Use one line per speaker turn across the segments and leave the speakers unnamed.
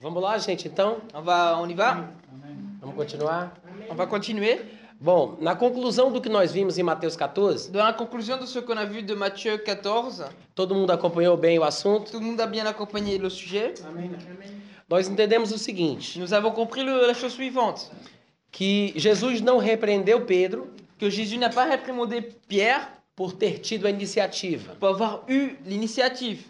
Vamos lá, gente, então?
On va, on y va
Vamos continuar?
On va continuer.
Bom, na conclusão do que nós vimos em Mateus 14,
Dans la conclusion de ce qu'on a vu de Matthieu 14,
todo mundo acompanhou bem o assunto.
tout le monde a bien accompagné le sujet.
Nós entendemos o seguinte:
Nous avons compris le- la chose suivante
que Jesus não repreendeu Pedro
que Jésus n'a pas réprimandé Pierre
por ter tido a iniciativa.
pour avoir eu l'initiative.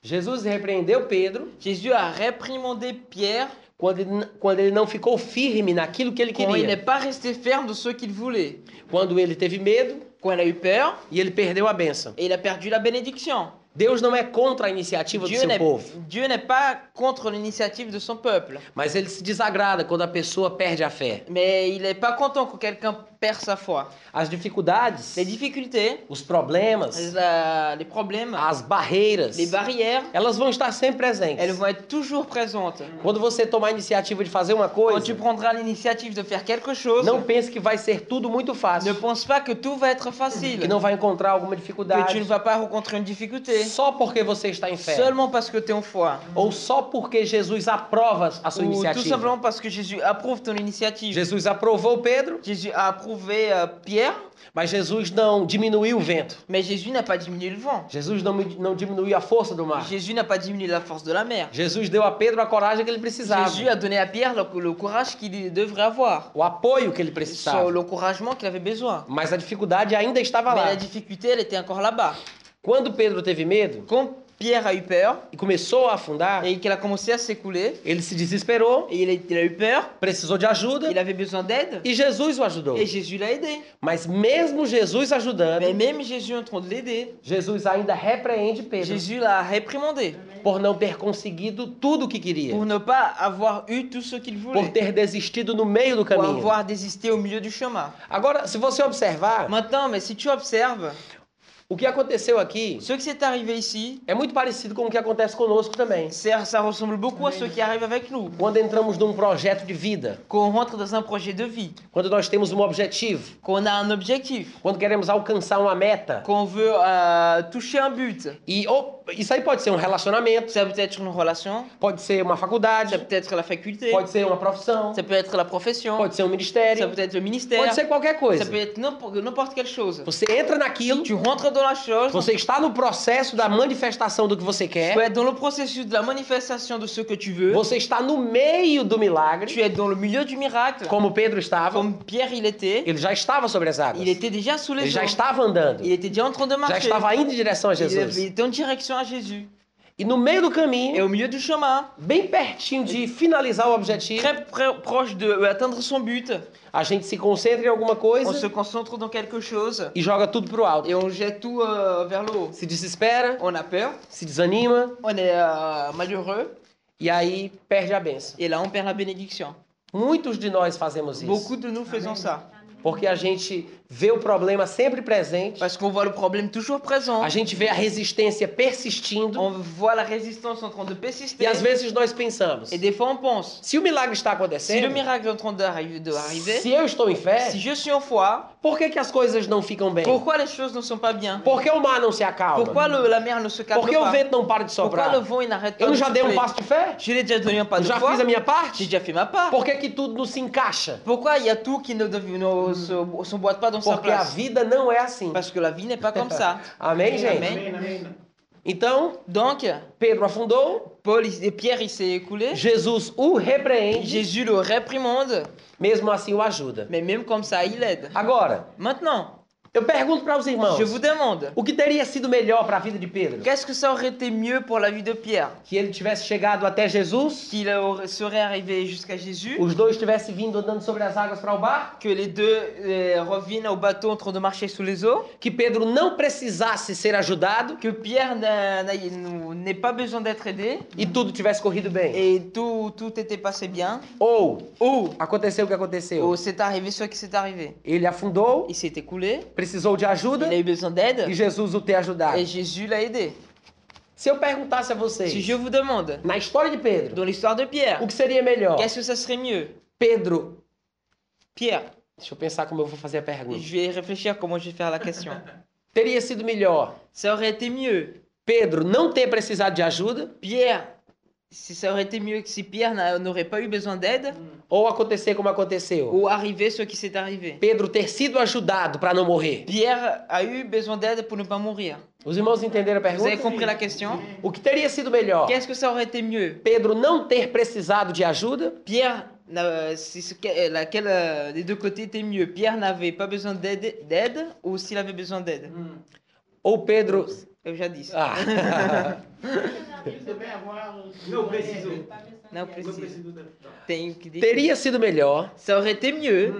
Jesus repreendeu Pedro
Jésus a réprimandé Pierre
quando ele, n- quando ele não ficou firme naquilo que ele
quand il n'est
queria.
pas resté ferme de ce qu'il voulait,
Quando ele teve medo
quand il a eu peur
e ele perdeu a bênção.
et il a perdu la bénédiction.
Deus não é contra a iniciativa do
Dieu
seu
n'est-
povo,
Dieu n'est pas contre l'initiative de son peuple,
mas ele se desagrada quando a pessoa perde a fé.
mais il n'est pas content que quelqu'un perd sa foi.
As dificuldades,
Les difficultés,
os problemas,
la- les problèmes,
as barreiras,
les barrières,
elas vão estar sempre
elles
presentes.
vont être toujours présentes.
Quando você tomar a iniciativa de fazer uma
Quand
coisa,
tu prendras l'initiative de faire quelque chose,
não pense que vai ser tudo muito
ne
fácil,
pense pas que tout va être facile,
que não vai encontrar alguma
que tu ne
dificuldade
vas pas rencontrer une difficulté,
só porque você está em fé,
seulement parce que tu es en foi.
ou só porque Jesus aprova a sua
Ou tout
iniciativa.
simplement parce que Jésus approuve ton initiative.
Jesus aprovou Pedro,
Jésus a approuvé euh, Pierre,
mas Jesus não diminuiu o vento.
mais Jésus n'a pas diminué le vent.
Jesus não, não diminuiu a força do mar.
Jésus n'a pas diminué la force de la mer.
Jesus deu a Pedro a coragem que ele precisava,
Jésus a donné à Pierre le, le courage qu'il devrait avoir,
o apoio que ele
sur
precisava.
l'encouragement qu'il avait besoin.
Mas a dificuldade ainda estava
Mais
lá.
la difficulté, elle était encore là-bas.
Quando Pedro teve medo
Quand Pierre a eu peur
e começou a afundar,
et qu'il a commencé à s'écouler,
ele se desesperou,
et il a, il a eu peur,
precisou de ajuda
il avait besoin d'aide,
e Jesus o ajudou.
et Jésus l'a aidé.
Mas mesmo Jesus ajudando,
Mais même Jésus en train de l'aider,
Jesus ainda repreende Pedro
Jésus l'a réprimandé
por não ter conseguido tudo o que queria,
pour ne pas avoir eu tout ce qu'il
por
voulait,
ter desistido no meio do
pour
caminho.
avoir désisté au milieu du chemin.
Agora, se você observar,
Maintenant, mais si tu observes,
o que aconteceu aqui
ce qui s'est arrivé ici,
é muito parecido com o que acontece conosco também.
ça, ça ressemble beaucoup à ce qui arrive avec nous.
Quando entramos num projeto de vida,
Quand on rentre dans un projet de vie,
quando nós temos um objetivo,
qu'on a un objectif,
quando queremos alcançar uma meta,
qu'on veut euh, toucher un but.
e ou- isso aí pode ser um relacionamento,
Ça peut être une relation,
pode ser uma
ça
faculdade,
peut être la faculté,
pode ser uma profissão,
ça peut être la profession,
pode ser um
ça
ministério,
peut être le ministère,
pode ser qualquer
ça
coisa.
peut être n'importe n'importe quelle chose.
Você entra naquilo,
Tu rentres dans la chose,
você está no processo da manifestação do que você
tu
quer,
es dans le processus de la manifestation de ce que tu veux,
você está no meio do milagre,
tu es dans le milieu du miracle,
é como Pedro estava,
comme Pierre il était,
ele já estava sobre as águas,
il était déjà sous
ele
les
já
eaux,
estava andando,
il était déjà en train de
já
marcher,
estava indo em direção a
il il
Jesus.
était en direction à Jésus.
E no meio do
Et
caminho,
au milieu du chemin,
bem pertinho de finalizar o objetivo,
très près- proche de euh, atteindre son but,
a gente se concentra em alguma
on se
coisa
concentre dans quelque chose
e joga tudo pro alto.
et on jette tout euh, vers le haut.
Se desespera,
On a peur,
se desanima
on est euh, malheureux
e aí perde a benção.
et là on perd la bénédiction.
Muitos de nós fazemos
Beaucoup
isso,
de nous faisons ça
porque a gente vê o problema sempre presente,
parce qu'on voit le problème toujours présent,
a gente vê a resistência persistindo
on voit la résistance en train de persister
E às vezes nós pensamos:
et des fois on pense
se o milagre é está
si le
acontecendo,
miracle est en train d'arriver, de
se
arriver,
eu estou em fé,
si je suis en foi,
por que, que as coisas não ficam bem?
pourquoi les choses ne sont pas bien
Por que o mar não se acalma?
Pourquoi le- la mer ne se calme
Por que o
pas
vento não para de
Pourquoi le
soprar?
vent il n'arrête pas
Eu não
de
já dei um
souffler
passo de fé?
Je l'ai déjà donné un pas
Eu
de
já
foi,
fiz a minha
j'ai
parte?
déjà fait ma part.
Por que, que tudo não se encaixa?
Pourquoi il y a tout qui ne, dev- ne se- s'emboîte pas dans sa
Porque a
place
vida não é assim.
Parce que la vie n'est pas comme ça.
Amém, gente?
Amém.
Então,
Donc,
Pedro afundou,
Paul il- et Pierre, il s'est écoulé.
Jesus o repreende,
Jésus le réprimande,
mesmo assim o ajuda.
mais même comme ça, il aide.
Agora,
Maintenant,
eu pergunto para os irmãos:
je vous demande,
o que teria sido melhor para a vida de Pedro?
qu'est-ce que ça aurait été mieux pour la vie de Pierre
Que ele tivesse chegado até Jesus?
Qu'il aurait- serait arrivé jusqu'à Jésus
os dois tivessem vindo andando sobre as águas para o bar,
Que les deux euh, reviennent au bateau en train de marcher sous les eaux
que Pedro não precisasse ser ajudado
Que Pierre n'a- n'a- n'ait pas besoin d'être aidé
e tudo tivesse corrido bem.
et tout, tout était passé bien
Ou
Ou,
aconteceu o que aconteceu.
ou c'est arrivé ce qui s'est arrivé
Ele afundou,
Il s'est écoulé,
precisou de ajuda
il a eu besoin d'aide
e Jesus o ter ajudado.
et Jésus l'a aidé.
Se eu perguntasse a
Si je
vocês,
vous demande,
na história de Pedro,
dans l'histoire de Pierre,
o que seria melhor?
qu'est-ce que ça serait mieux
Pedro,
Pierre,
deixa eu pensar como eu vou fazer a pergunta.
je vais réfléchir comment je vais faire la question.
Teria sido melhor
Ça aurait été mieux.
Pedro não ter precisado de ajuda
Pierre Si ça aurait été mieux que si Pierre n'a- n'aurait pas eu besoin d'aide,
Ou acontecer como aconteceu.
ou arriver ce qui s'est arrivé.
Pedro ter sido ajudado para não morrer.
Pierre a eu besoin d'aide pour ne pas mourir.
Os irmãos entenderam a
Vous avez
pergunta?
compris la question
O que teria sido melhor?
Qu'est-ce que é- ça aurait été mieux
Pedro não ter precisado de ajuda
Pierre, n'a- si ce- que- laquelle euh, des deux côtés était mieux Pierre n'avait pas besoin d'aide, d'aide, ou s'il avait besoin d'aide Euh,
ou Pedro.
Comme j'ai dit.
Ah.
Não precisou.
Não
Não
precisa.
precisou. da-
Tem que dizer.
Teria sido melhor
Ça aurait été mieux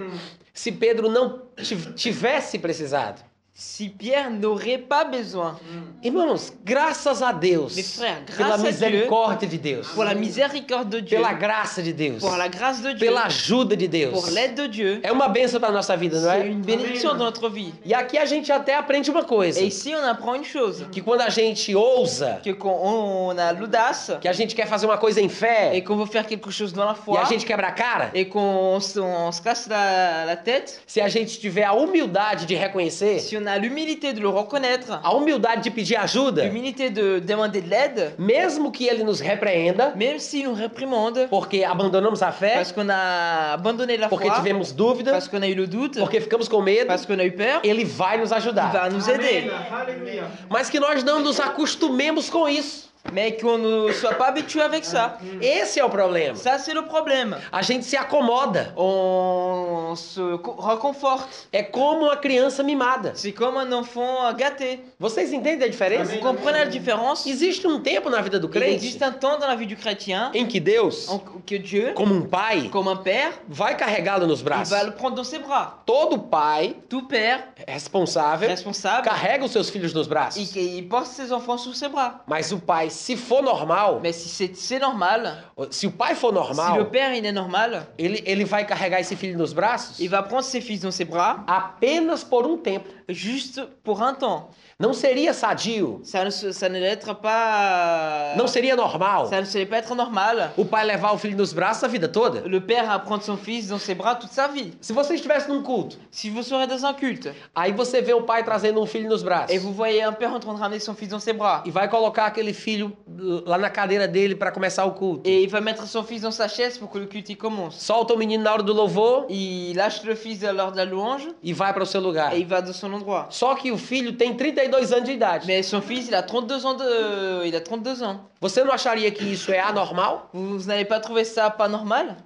se Pedro não ti- tivesse precisado.
si Pierre n'aurait pas besoin.
Irmãos, graças a Deus,
Mes frères,
pela
grâce à Dieu,
misericórdia de Deus,
pour la miséricorde de Dieu,
pela graça de Deus,
pour la grâce de Dieu,
pela ajuda de Deus.
pour l'aide de Dieu,
É uma benção para nossa vida, não
c'est
é?
une bénédiction dans notre vie.
E aqui a gente até aprende uma coisa,
Et ici, on apprend une chose,
que quando a gente ousa,
que quand on a l'audace
que a gente quer fazer uma coisa em
et
fé,
qu'on veut faire quelque chose dans la
e a
foi
gente quebra a cara,
et qu'on se, on se casse la, la tête,
se a gente tiver a humildade de reconhecer,
si on a l'humilité de le reconnaître,
a humildade de pedir ajuda,
l'humilité de demander de l'aide,
mesmo que ele nos repreenda,
même s'il nous réprimande,
porque abandonamos a fé,
parce qu'on a abandonné la foi,
porque tivemos dúvida,
parce qu'on a eu le doute,
porque ficamos com medo,
parce qu'on a eu peur,
ele vai nos
il va
ajudar.
nous aider.
Amém. Aleluia.
Mas que nós não nos acostumemos com isso.
Mais qu'on ne soit pas habitué avec ça.
Esse é o problema.
Ça, c'est le problème.
A gente se acomoda.
On se co- reconforte.
É como uma criança mimada.
C'est comme un enfant gâté.
Vocês entendem a diferença?
Vous comprenez la différence
Existe um tempo na vida do
Il
crente
existe un temps dans la vie du chrétien
em que Deus,
en- que Dieu,
como um pai,
comme un père,
vai carregá-lo nos
il
braços.
va le prendre dans ses bras.
Todo pai
Tout père
responsável
responsable,
carrega os seus filhos nos braços.
il, il porte ses enfants sous ses bras.
Mas o pai, se for normal,
Mais si c'est c'est normal,
se o pai for
si le
normal,
père il est normal,
ele, ele vai carregar esse filho nos braços
il va prendre ses fils dans ses bras
apenas por um tempo.
juste pour un temps.
Não seria sadio,
Ça ne, se- ça ne doit être pas.
não seria normal
Ça ne serait pas être normal.
o pai levar o filho nos braços a vida toda.
Le père à prendre son fils dans ses bras toute sa vie.
Se você estivesse num culto,
Si vous serez dans un culte
aí você vê o pai trazendo um filho nos braços
et vous voyez un père en train de ramener son fils dans ses bras
e vai colocar aquele filho lá na cadeira dele para começar o culto.
et il va mettre son fils dans sa chaise pour que le culte y commence.
Solta o menino na hora do louvor
Il lâche le fils lors de la louange
e vai para o seu lugar.
et il va de son endroit.
Só que o filho tem 32 anos de idade.
Mais son fils, il a 32 ans de... euh, Il a 32 ans.
Você não acharia que isso é anormal?
Vous, vous n'avez pas trouvé ça pas normal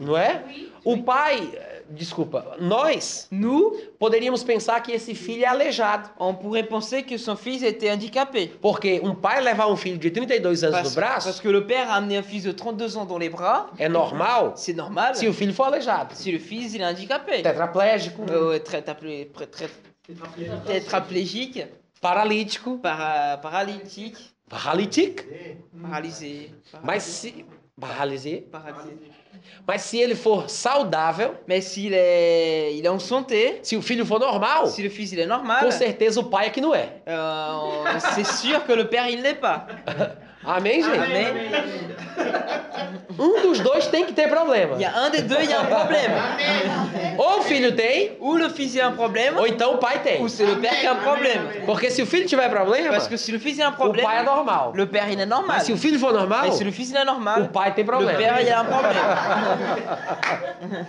Não é? O pai, eh, desculpa, nós
Nous,
poderíamos pensar que esse filho é aleijado.
on pourrait penser que son fils était handicapé.
Porque um pai levar um filho de 32 anos no
Parce, parce
braço
que le père a amené un fils de 32 ans dans les bras,
é normal
c'est normal.
se o filho for aleijado.
Si le fils, il est handicapé.
Tetraplégico,
Euh, ouais, très, tapé- pré- très- tétraplégique,
paralítico,
para- paralytique,
paralítico.
paralysé. para-
Mas se. Paralisia.
paralysé.
Mas se ele for saudável,
Mais s'il est, il est en santé,
se o filho for normal,
si le fils il est normal,
com certeza o pai é que não é.
euh, on- c'est sûr que le père il l'est pas.
Amém, gente?
Amém.
Um dos dois tem que ter problema.
Il y a un des deux, il y a un problème.
Ou o filho tem,
Ou le fils il a un problème,
ou então o pai tem.
ou c'est le père qui a un problème.
Porque se o filho tiver problema,
Parce que si le fils il a un
o pai é
problème,
normal.
le père il est normal.
Mas se o filho for normal,
Mais si le fils il est
o
normal,
pai tem
le père
problema.
il a un problème.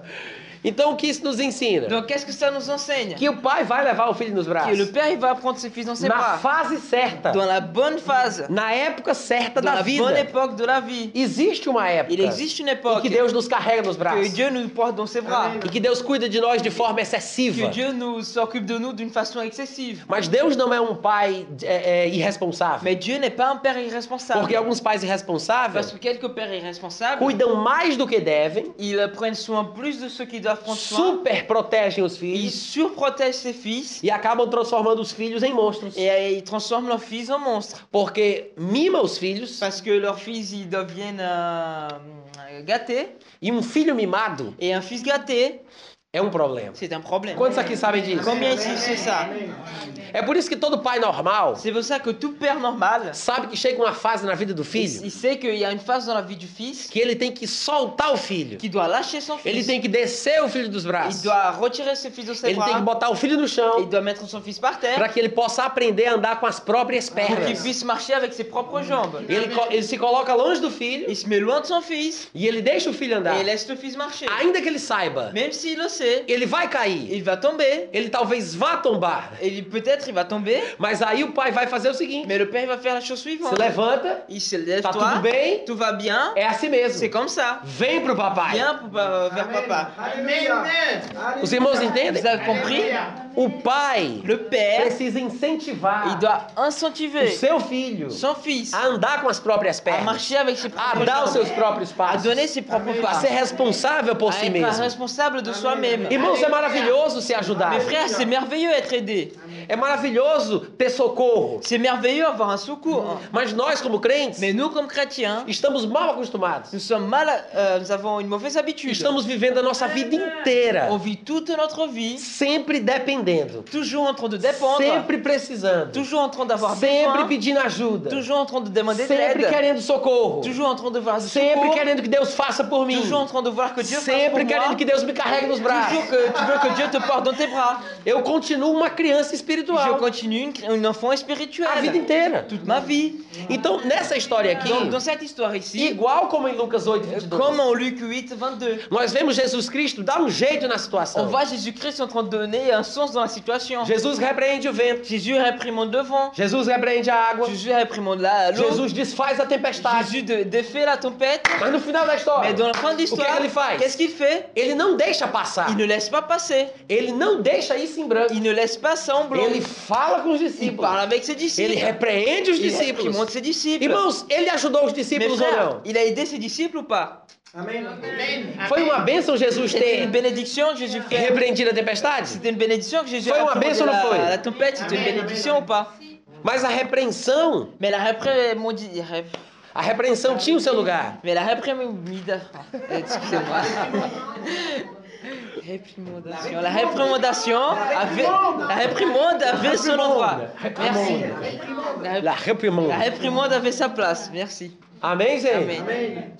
Então o que isso nos ensina?
Donc qu'est-ce que ça nous enseigne
Que o pai vai levar o filho nos
Que le
braços.
père il va prendre ses fils dans ses
Na
bras,
fase certa.
dans la bonne phase,
Na época certa
dans
da
la bonne
vida.
époque de la vie.
Existe uma época
Il é existe une
em
époque
que Deus nos carrega nos
que
braços.
Dieu nous porte dans ses bras.
E que Deus cuida de nós de forma excessiva.
que Dieu nous s'occupe de nous d'une façon excessive.
Mas Deus não é um pai é, é, irresponsável.
Mais Dieu n'est pas un père irresponsable.
Porque alguns pais
Parce
irresponsáveis
que quelques pères irresponsables,
cuidam mais do que devem,
ils prennent soin plus de ceux qui doivent prendre soin.
super protegem os
Ils
filhos
surprotègent ses fils
e acabam transformando os filhos em monstros.
et euh, ils transforment leurs fils en monstres.
Porque mima os filhos
Parce que leurs fils, ils deviennent euh, gâtés.
e um filho mimado,
Et un fils gâté,
é um problema.
C'est un problème.
Quantos aqui sabem disso?
Combien ici c'est ça
É por isso que todo pai normal
C'est pour ça que tout père normal,
sabe que chega uma fase na vida do
il,
filho
il sait qu'il y a une phase dans la vie du fils
que ele tem que soltar o filho.
qui doit lâcher son
Ele
fils.
tem que descer o filho dos braços.
Il doit retirer ses fils de ses
Ele tem que
bras.
botar o filho no
Il
chão
doit mettre son fils par
para
terre
que ele possa aprender a andar com as próprias
pour qu'il
pernas.
puisse marcher avec ses propres jambes.
Ele, co- ele se coloca longe do filho
Il se met loin de son fils
e ele é deixa o filho
et
andar.
il laisse le fils marcher.
Ainda que ele saiba,
Même s'il le sait,
ele vai cair.
il va tomber.
Ele talvez vá tombar.
Et il- peut-être il va tomber,
Mas aí o pai vai fazer o seguinte:
mais le père il va faire la chose
se
suivante.
levanta,
Il se lève,
tá
toi,
tudo bem,
tout va bien,
é assim mesmo.
c'est comme ça.
Vem pro papai.
Viens pour- euh, vers papa.
Os irmãos entendem?
Vous avez compris
O pai
Le père,
precisa
il
incentivar
doit
o
incentiver
seu filho
son fils
a andar com as próprias
à
pernas,
marcher avec ses
a
propres
dar os seus
jambes,
próprios
à
passos,
donner ses propres
a
pas,
ser responsável por
à
si
être
mesmo.
responsable de soi-même.
Irmãos, é maravilhoso se ajudar.
Mes frères, c'est merveilleux être aidé.
É maravilhoso ter socorro.
C'est merveilleux avoir un secours. hein.
Mas nós, como crentes,
Mais nous, comme chrétiens,
estamos mal acostumados.
nous sommes mal, euh, nous avons une mauvaise habitude.
Estamos vivendo a nossa vida inteira
On vit toute notre vie
sempre dependendo,
toujours en train de dépendre,
sempre precisando,
toujours en train d'avoir
sempre
besoin,
pedindo ajuda,
toujours en train de demander de
sempre
l'aide,
querendo socorro,
toujours en train de voir du
sempre
secours,
querendo que Deus faça por mim,
toujours en train de voir que Dieu fasse pour
sempre querendo
moi,
que Deus me carregue nos braços.
toujours que tu veux que Dieu te porte dans tes bras.
Eu continuo uma criança
Je
espiritual
continue une, une enfant
a vida
spirituelle
inteira.
toute ma vie.
Então, nessa história aqui,
Donc, dans cette histoire ici,
igual como em Lucas 8,
euh,
22,
comme en Luc 8, 22,
Nós vemos Jesus Cristo dar um jeito na
on
situação.
voit Jésus-Christ en train de donner un sens dans la situation.
Jesus repreende o vento.
Jésus réprimande le vent.
Jesus repreende a água.
Jésus réprimande la l'eau.
Jesus desfaz a tempestade.
Jésus de- défait la tempête.
Mas no final da história,
Mais dans la fin de l'histoire,
qu'est-ce qu'il fait
qu'est-ce qu'il fait
ele não deixa passar.
Il ne laisse pas passer.
Ele não deixa isso em branco.
Il ne laisse pas ça en blanc.
Ele fala com os
Il
discípulos.
parle avec ses
Ele
disciples.
repreende os
Il
discípulos.
réprimande ses disciples.
Irmãos, ele ajudou os
Mes
discípulos ou
frères,
não?
il a aidé ses disciples ou pas
Foi uma bênção Jesus
C'était
ter
une bénédiction que Jésus fait.
repreendido é. a tempestade?
C'était une bénédiction que Jésus
Foi uma
a fait.
bênção ou não foi?
La, la tempête, c'était une bénédiction ou pas
Mas a repreensão,
Mais la réprimande.
a repreensão tinha o seu lugar.
Mais la réprimande. Excusez-moi. Réprimandation. La réprimandation avait. La réprimande avait son endroit.
É
Merci.
assim.
La, rép-
La
la
reprimanda.
réprimande avait sa place. Merci.
É. Amém, É. gente?
Amen.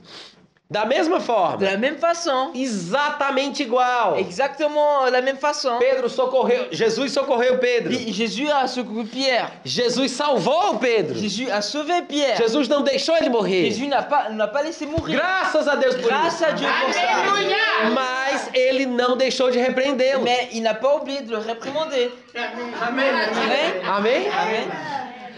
Da mesma
De
forma,
la même façon.
exatamente igual.
Exactement la même façon.
Pedro socorreu, Jesus socorreu Pedro.
Puis Jésus a secouru Pierre.
Jesus salvou Pedro.
Jésus a sauvé Pierre.
Jesus não deixou ele morrer.
Jésus n'a pas, n'a pas laissé mourir.
é. Graças a Deus por
Grâce
isso.
à Dieu pour ça.
Mas ele não deixou de repreendê-lo.
Mais il n'a pas oublié de le réprimander. Amen.
Amém?
Amen.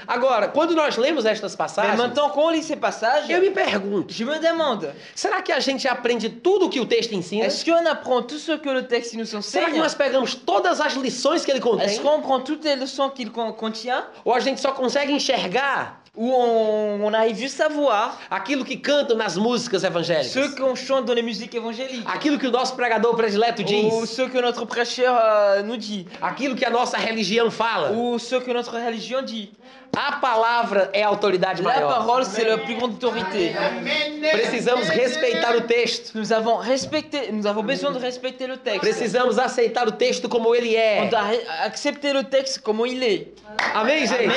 Agora, quando nós lemos estas
Mais
passagens,
maintenant qu'on lit ces passages,
eu me pergunto:
je me demande,
será que a gente aprende tudo o que o texto ensina?
est-ce qu'on apprend tout ce que le texte nous
Será que
enseigne
nós pegamos todas as lições que ele contém?
Est-ce qu'on prend toutes les leçons qu'il con- contient
Ou a gente só consegue enxergar
Ou on, on arrive juste à voir
aquilo que cantam nas músicas
ce
evangélicas?
qu'on chante dans les musiques évangéliques
Aquilo que o nosso pregador predileto
Ou
diz?
ce Ah, que notre prêcheur euh, nous dit
Aquilo que a nossa religião fala?
Ou ce que notre religion dit
A palavra é a autoridade
La
maior.
parole, c'est la plus grande autorité.
Precisamos respeitar o texto.
Nous avons, respecté, nous avons besoin de respecter le texte.
Precisamos aceitar o texto como ele
On
é.
doit ré- accepter le texte comme il est.
Amém, gente?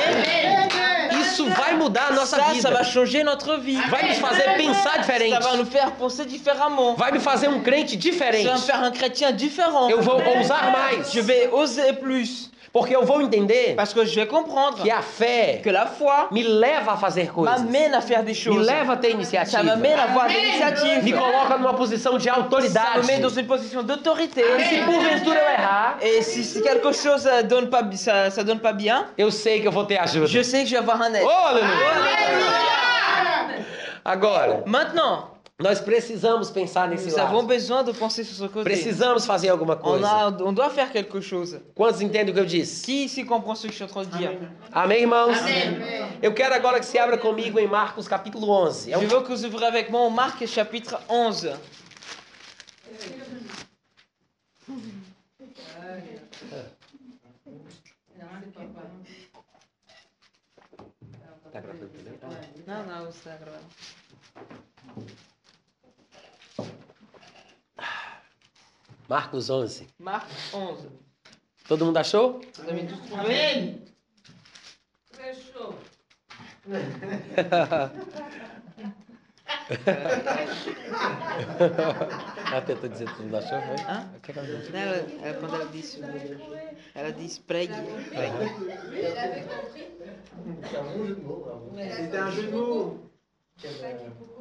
Isso vai mudar
Ah,
a nossa
Ça, ça
vida.
va changer notre vie.
Vai nos fazer pensar
Ça va nous
diferente.
faire penser différemment.
Vai me fazer um crente
Ça va me
diferente.
faire un chrétien différent.
Eu vou ousar mais.
Je vais oser plus.
Porque eu vou entender
Parce que je vais comprendre
que a fé
que la foi
me leva a fazer coisas.
m'amène à faire des
Me
choses.
leva a ter
Ça
iniciativa.
m'amène à avoir des
Me
initiatives.
coloca numa posição de
Ça me
autoridade.
met dans une position d'autorité.
E se porventura eu errar,
Et si, si quelque chose euh, donne pas, bi- ça, ça donne pas bien,
eu sei que eu vou ter ajuda.
je sais que je vais avoir un aide.
Oh, aleluia! Agora,
Maintenant,
nós precisamos pensar nesse
nous avons
lado.
besoin de penser sur ce côté.
Precisamos fazer alguma
On,
coisa.
a, on doit faire quelque chose.
Quantos entendem o que eu disse?
Qui ici comprend ce que je suis en train de dire
Amém, irmãos? Eu quero agora que se abra comigo em Marcos capítulo 11. É um-
Je veux que vous ouvrez avec moi au Marc chapitre 11.
Marcos 11.
Marcos 11.
Todo mundo achou?
Também tudo com ele?
Fechou.
Ela tentou dizer todo mundo achou, foi?
Hã?
O que ela disse?
Ela, ela- quando ela disse, ela disse pregue.
Elle avait compris.
C'est un bon jeu de mots, bravo.
Mais elle a
C'était un jeu de mots.
compris qu'il faut-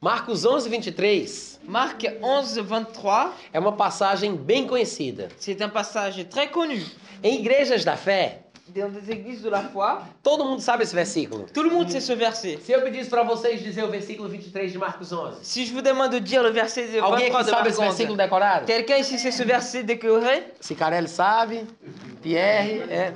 Marcos 11, 23
Marc 11, 23,
é uma passagem bem conhecida.
c'est un passage très connu
Em igrejas da fé,
dans les églises de la foi.
todo mundo sabe esse versículo.
Tout le monde sait ce verset.
Se eu pedisse para vocês dizer o versículo 23 de Marcos 11,
Si je vous demande de dire le verset de
alguém
23
aqui sabe
de Marc
esse versículo
11,
decorado?
quelqu'un ici sait ce verset décoré
Cicarelli sabe, Pierre, é.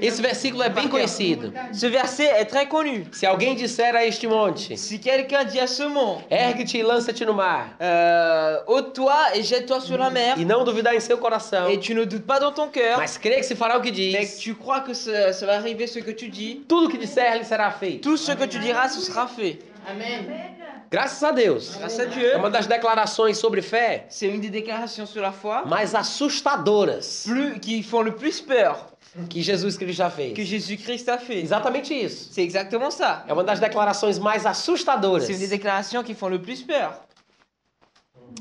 Esse versículo é bem conhecido.
Ce verset est très connu.
Se alguém disser a este monte,
Si quelqu'un dit à ce mot,
ergue-te e lança-te no mar,
euh, ôte-toi et jette-toi sur la mer,
e não duvidar em seu coração,
et tu ne doutes pas dans ton cœur,
mas crê que se fará o que
mais
diz,
que tu crois que ce- ça va arriver ce que tu dis,
tudo o que disser lhe será feito.
tout ce que tu diras, ce sera fait.
Amen.
Graças a Deus.
Grâce à Dieu.
É uma das declarações sobre fé
C'est une des déclarations sur la foi
mais assustadoras
plus, qui font le plus peur
que Jesus Cristo já
que
fez.
Jésus-Christ a fait.
Exatamente isso.
C'est exactement ça.
É uma das declarações mais assustadoras.
C'est une des déclarations qui font le plus peur.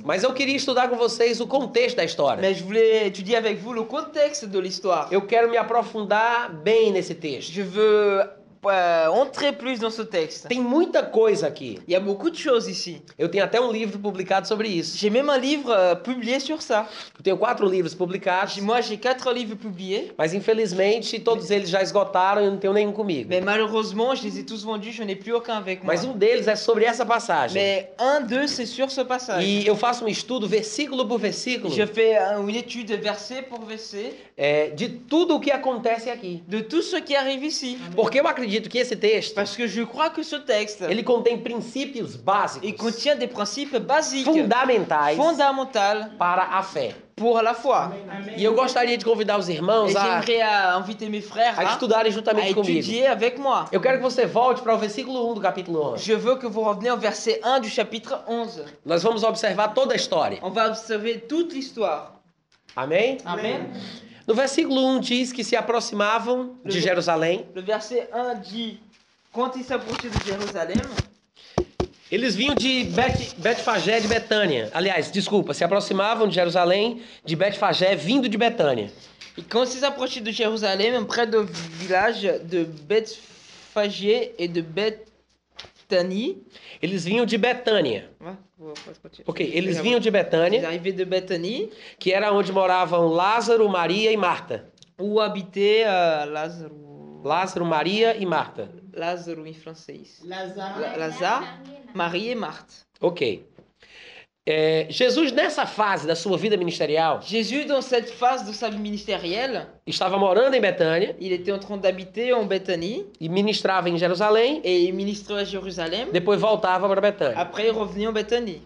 Mas eu queria estudar com vocês o contexto da história.
Mais je voulais étudier avec vous le contexte de l'histoire.
Eu quero me aprofundar bem nesse texto.
Je veux euh, entrer plus dans ce texte.
Tem muita coisa aqui.
Il y a beaucoup de choses ici.
Eu tenho até um livro publicado sobre isso.
J'ai même un livre euh, publié sur ça.
Eu tenho quatro livros publicados,
J'ai- Moi, j'ai quatre livres publiés,
mas infelizmente todos eles já esgotaram e eu não tenho nenhum comigo.
mais malheureusement, je les ai tous vendus. Je n'ai plus aucun avec moi.
Mas um deles é sobre essa passagem.
Mais un d'eux, c'est sur ce passage.
E eu faço um estudo versículo por versículo
Je fais euh, une étude verset pour verset
é, de tudo o que acontece aqui.
de tout ce qui arrive ici.
Porque eu acredito que esse texto
Parce que je crois que ce texte,
ele contém princípios
il
básicos,
contient des principes basiques,
fundamentais
fondamentaux
para a fé.
pour la foi.
E eu gostaria de convidar os
Et
irmãos a,
j'aimerais euh, inviter mes frères
a
là,
estudarem
à
juntamente comigo.
étudier avec moi.
Eu quero que você volte para o versículo 1 do capítulo 11.
Je veux que vous reveniez au verset 1 du chapitre 11.
Nós vamos observar toda a história.
On va observer toute l'histoire.
Amém?
Amen.
No versículo 1 diz que se aproximavam de Jerusalém.
Le verset 1 dit Quand ils s'approchaient de Jérusalem,
Eles vinham de Bet, Betfagé de Betânia. Aliás, desculpa, se aproximavam de Jerusalém, de Betfagé, vindo de Betânia.
et quand ils s'approchaient de Jérusalem, près de village de Bethphagé et de Bethanie,
Eles vinham de Betânia.
Ouais, ouais, ouais, continue.
Ok, eles
Ils
vinham de
Ils
Betânia,
arrivaient de Bethanie,
que era onde moravam Lázaro, Maria e Marta.
où habitait euh, Lazare,
Lázaro, Maria e Marta.
Lazare en français. La-
Lazare.
Lazare, Marie et Marthe.
Ok. É, Jesus, nessa fase da sua vida ministerial,
Jésus, dans cette phase de sa vie ministérielle,
estava morando em Betânia
Il était en train d'habiter en Bethanie
e ministrava em Jerusalém,
et il ministrait à Jérusalem.
depois voltava para Betânia.
Après, il revenait en Bethanie.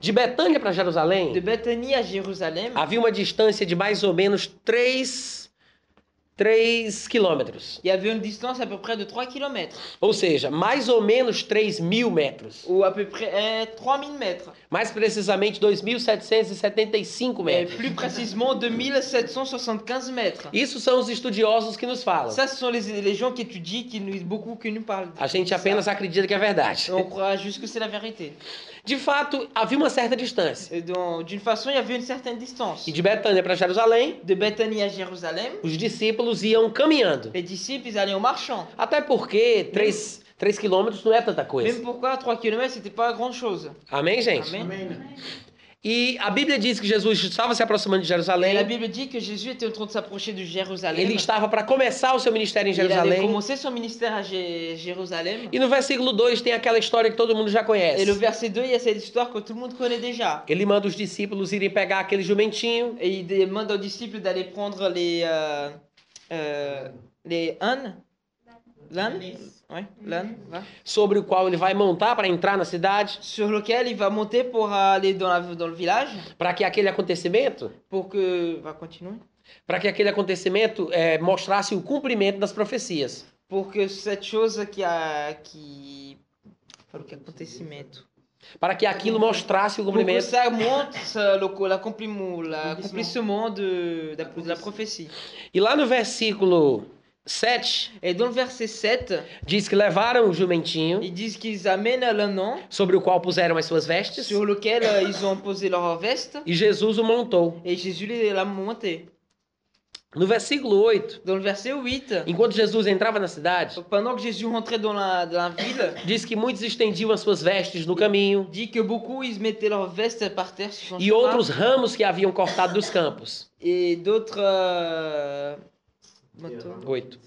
De Betânia para
De
Jerusalém,
Bethanie à Jérusalem,
havia uma distância de mais ou menos 3, 3 quilômetros.
il y avait une distance à peu près de 3 km,
Ou seja, mais ou menos 3 mil metros.
ou à peu près euh, 3000 mètres,
Mais precisamente 2.775
mais
metros.
plus précisément 2775 mètres.
Isso são os estudiosos que nos falam.
Ça, ce sont les, les gens qui étudient, qui nous, beaucoup qui nous parlent. de
A gente
ça.
apenas acredita que é verdade.
On croit juste que c'est la vérité.
De fato, havia uma certa distância.
Et donc, D'une façon, il y avait une certaine distance.
E de Betânia para Jerusalém,
De Bethanie à Jérusalem,
os discípulos iam caminhando.
les disciples, ils allaient en marchant.
Até porque 3, três quilômetros não é tanta
Même
coisa.
pourquoi 3 km, c'était pas grand-chose.
Amém, gente?
Amém.
Amen.
E a Bíblia diz que Jesus estava se aproximando de
Et la
Jerusalém.
Bible dit que Jésus était en train de s'approcher de Jérusalem.
Ele estava para começar o seu ministério em
Il allait
Jerusalém.
commencer son ministère à Jé- Jérusalem.
E no versículo 2 tem aquela história que todo mundo já
Et le
conhece.
verset 2, il y a cette histoire que tout le monde connaît déjà.
Ele manda os discípulos irem pegar aquele jumentinho.
Et il demande aux disciples d'aller prendre les. euh, euh, les ânes. L'âne Ouais, l'âne. va.
sobre o qual ele vai montar para entrar na cidade,
Sur lequel il va monter pour aller dans, la- dans le village.
para que aquele acontecimento,
Pour que. Va continuer.
para que aquele acontecimento eh, mostrasse o cumprimento das profecias.
Pour que cette chose qui a. Qui. Pour que acontecimento.
para que aquilo mostrasse o
Pour que
cumprimento.
ça montre ça, le co- l'accompliment, l'accomplissement de, de, la- de la prophétie.
E lá no versículo 7,
Et dans le verset 7,
diz que levaram o jumentinho,
ils disent qu'ils amènent l'ânon
sobre o qual puseram as suas vestes,
sur lequel euh, ils ont posé leur veste
e Jesus o montou.
et Jésus les- l'a monté.
No versículo 8,
Dans le verset 8,
enquanto Jesus entrava na cidade,
pendant que Jésus rentrait dans la, dans la ville,
diz que muitos estendiam as suas vestes no caminho
dit que beaucoup ils mettaient leur veste par terre sur son
e
chemin,
outros ramos que haviam cortado dos campos.
et d'autres euh,
Oito.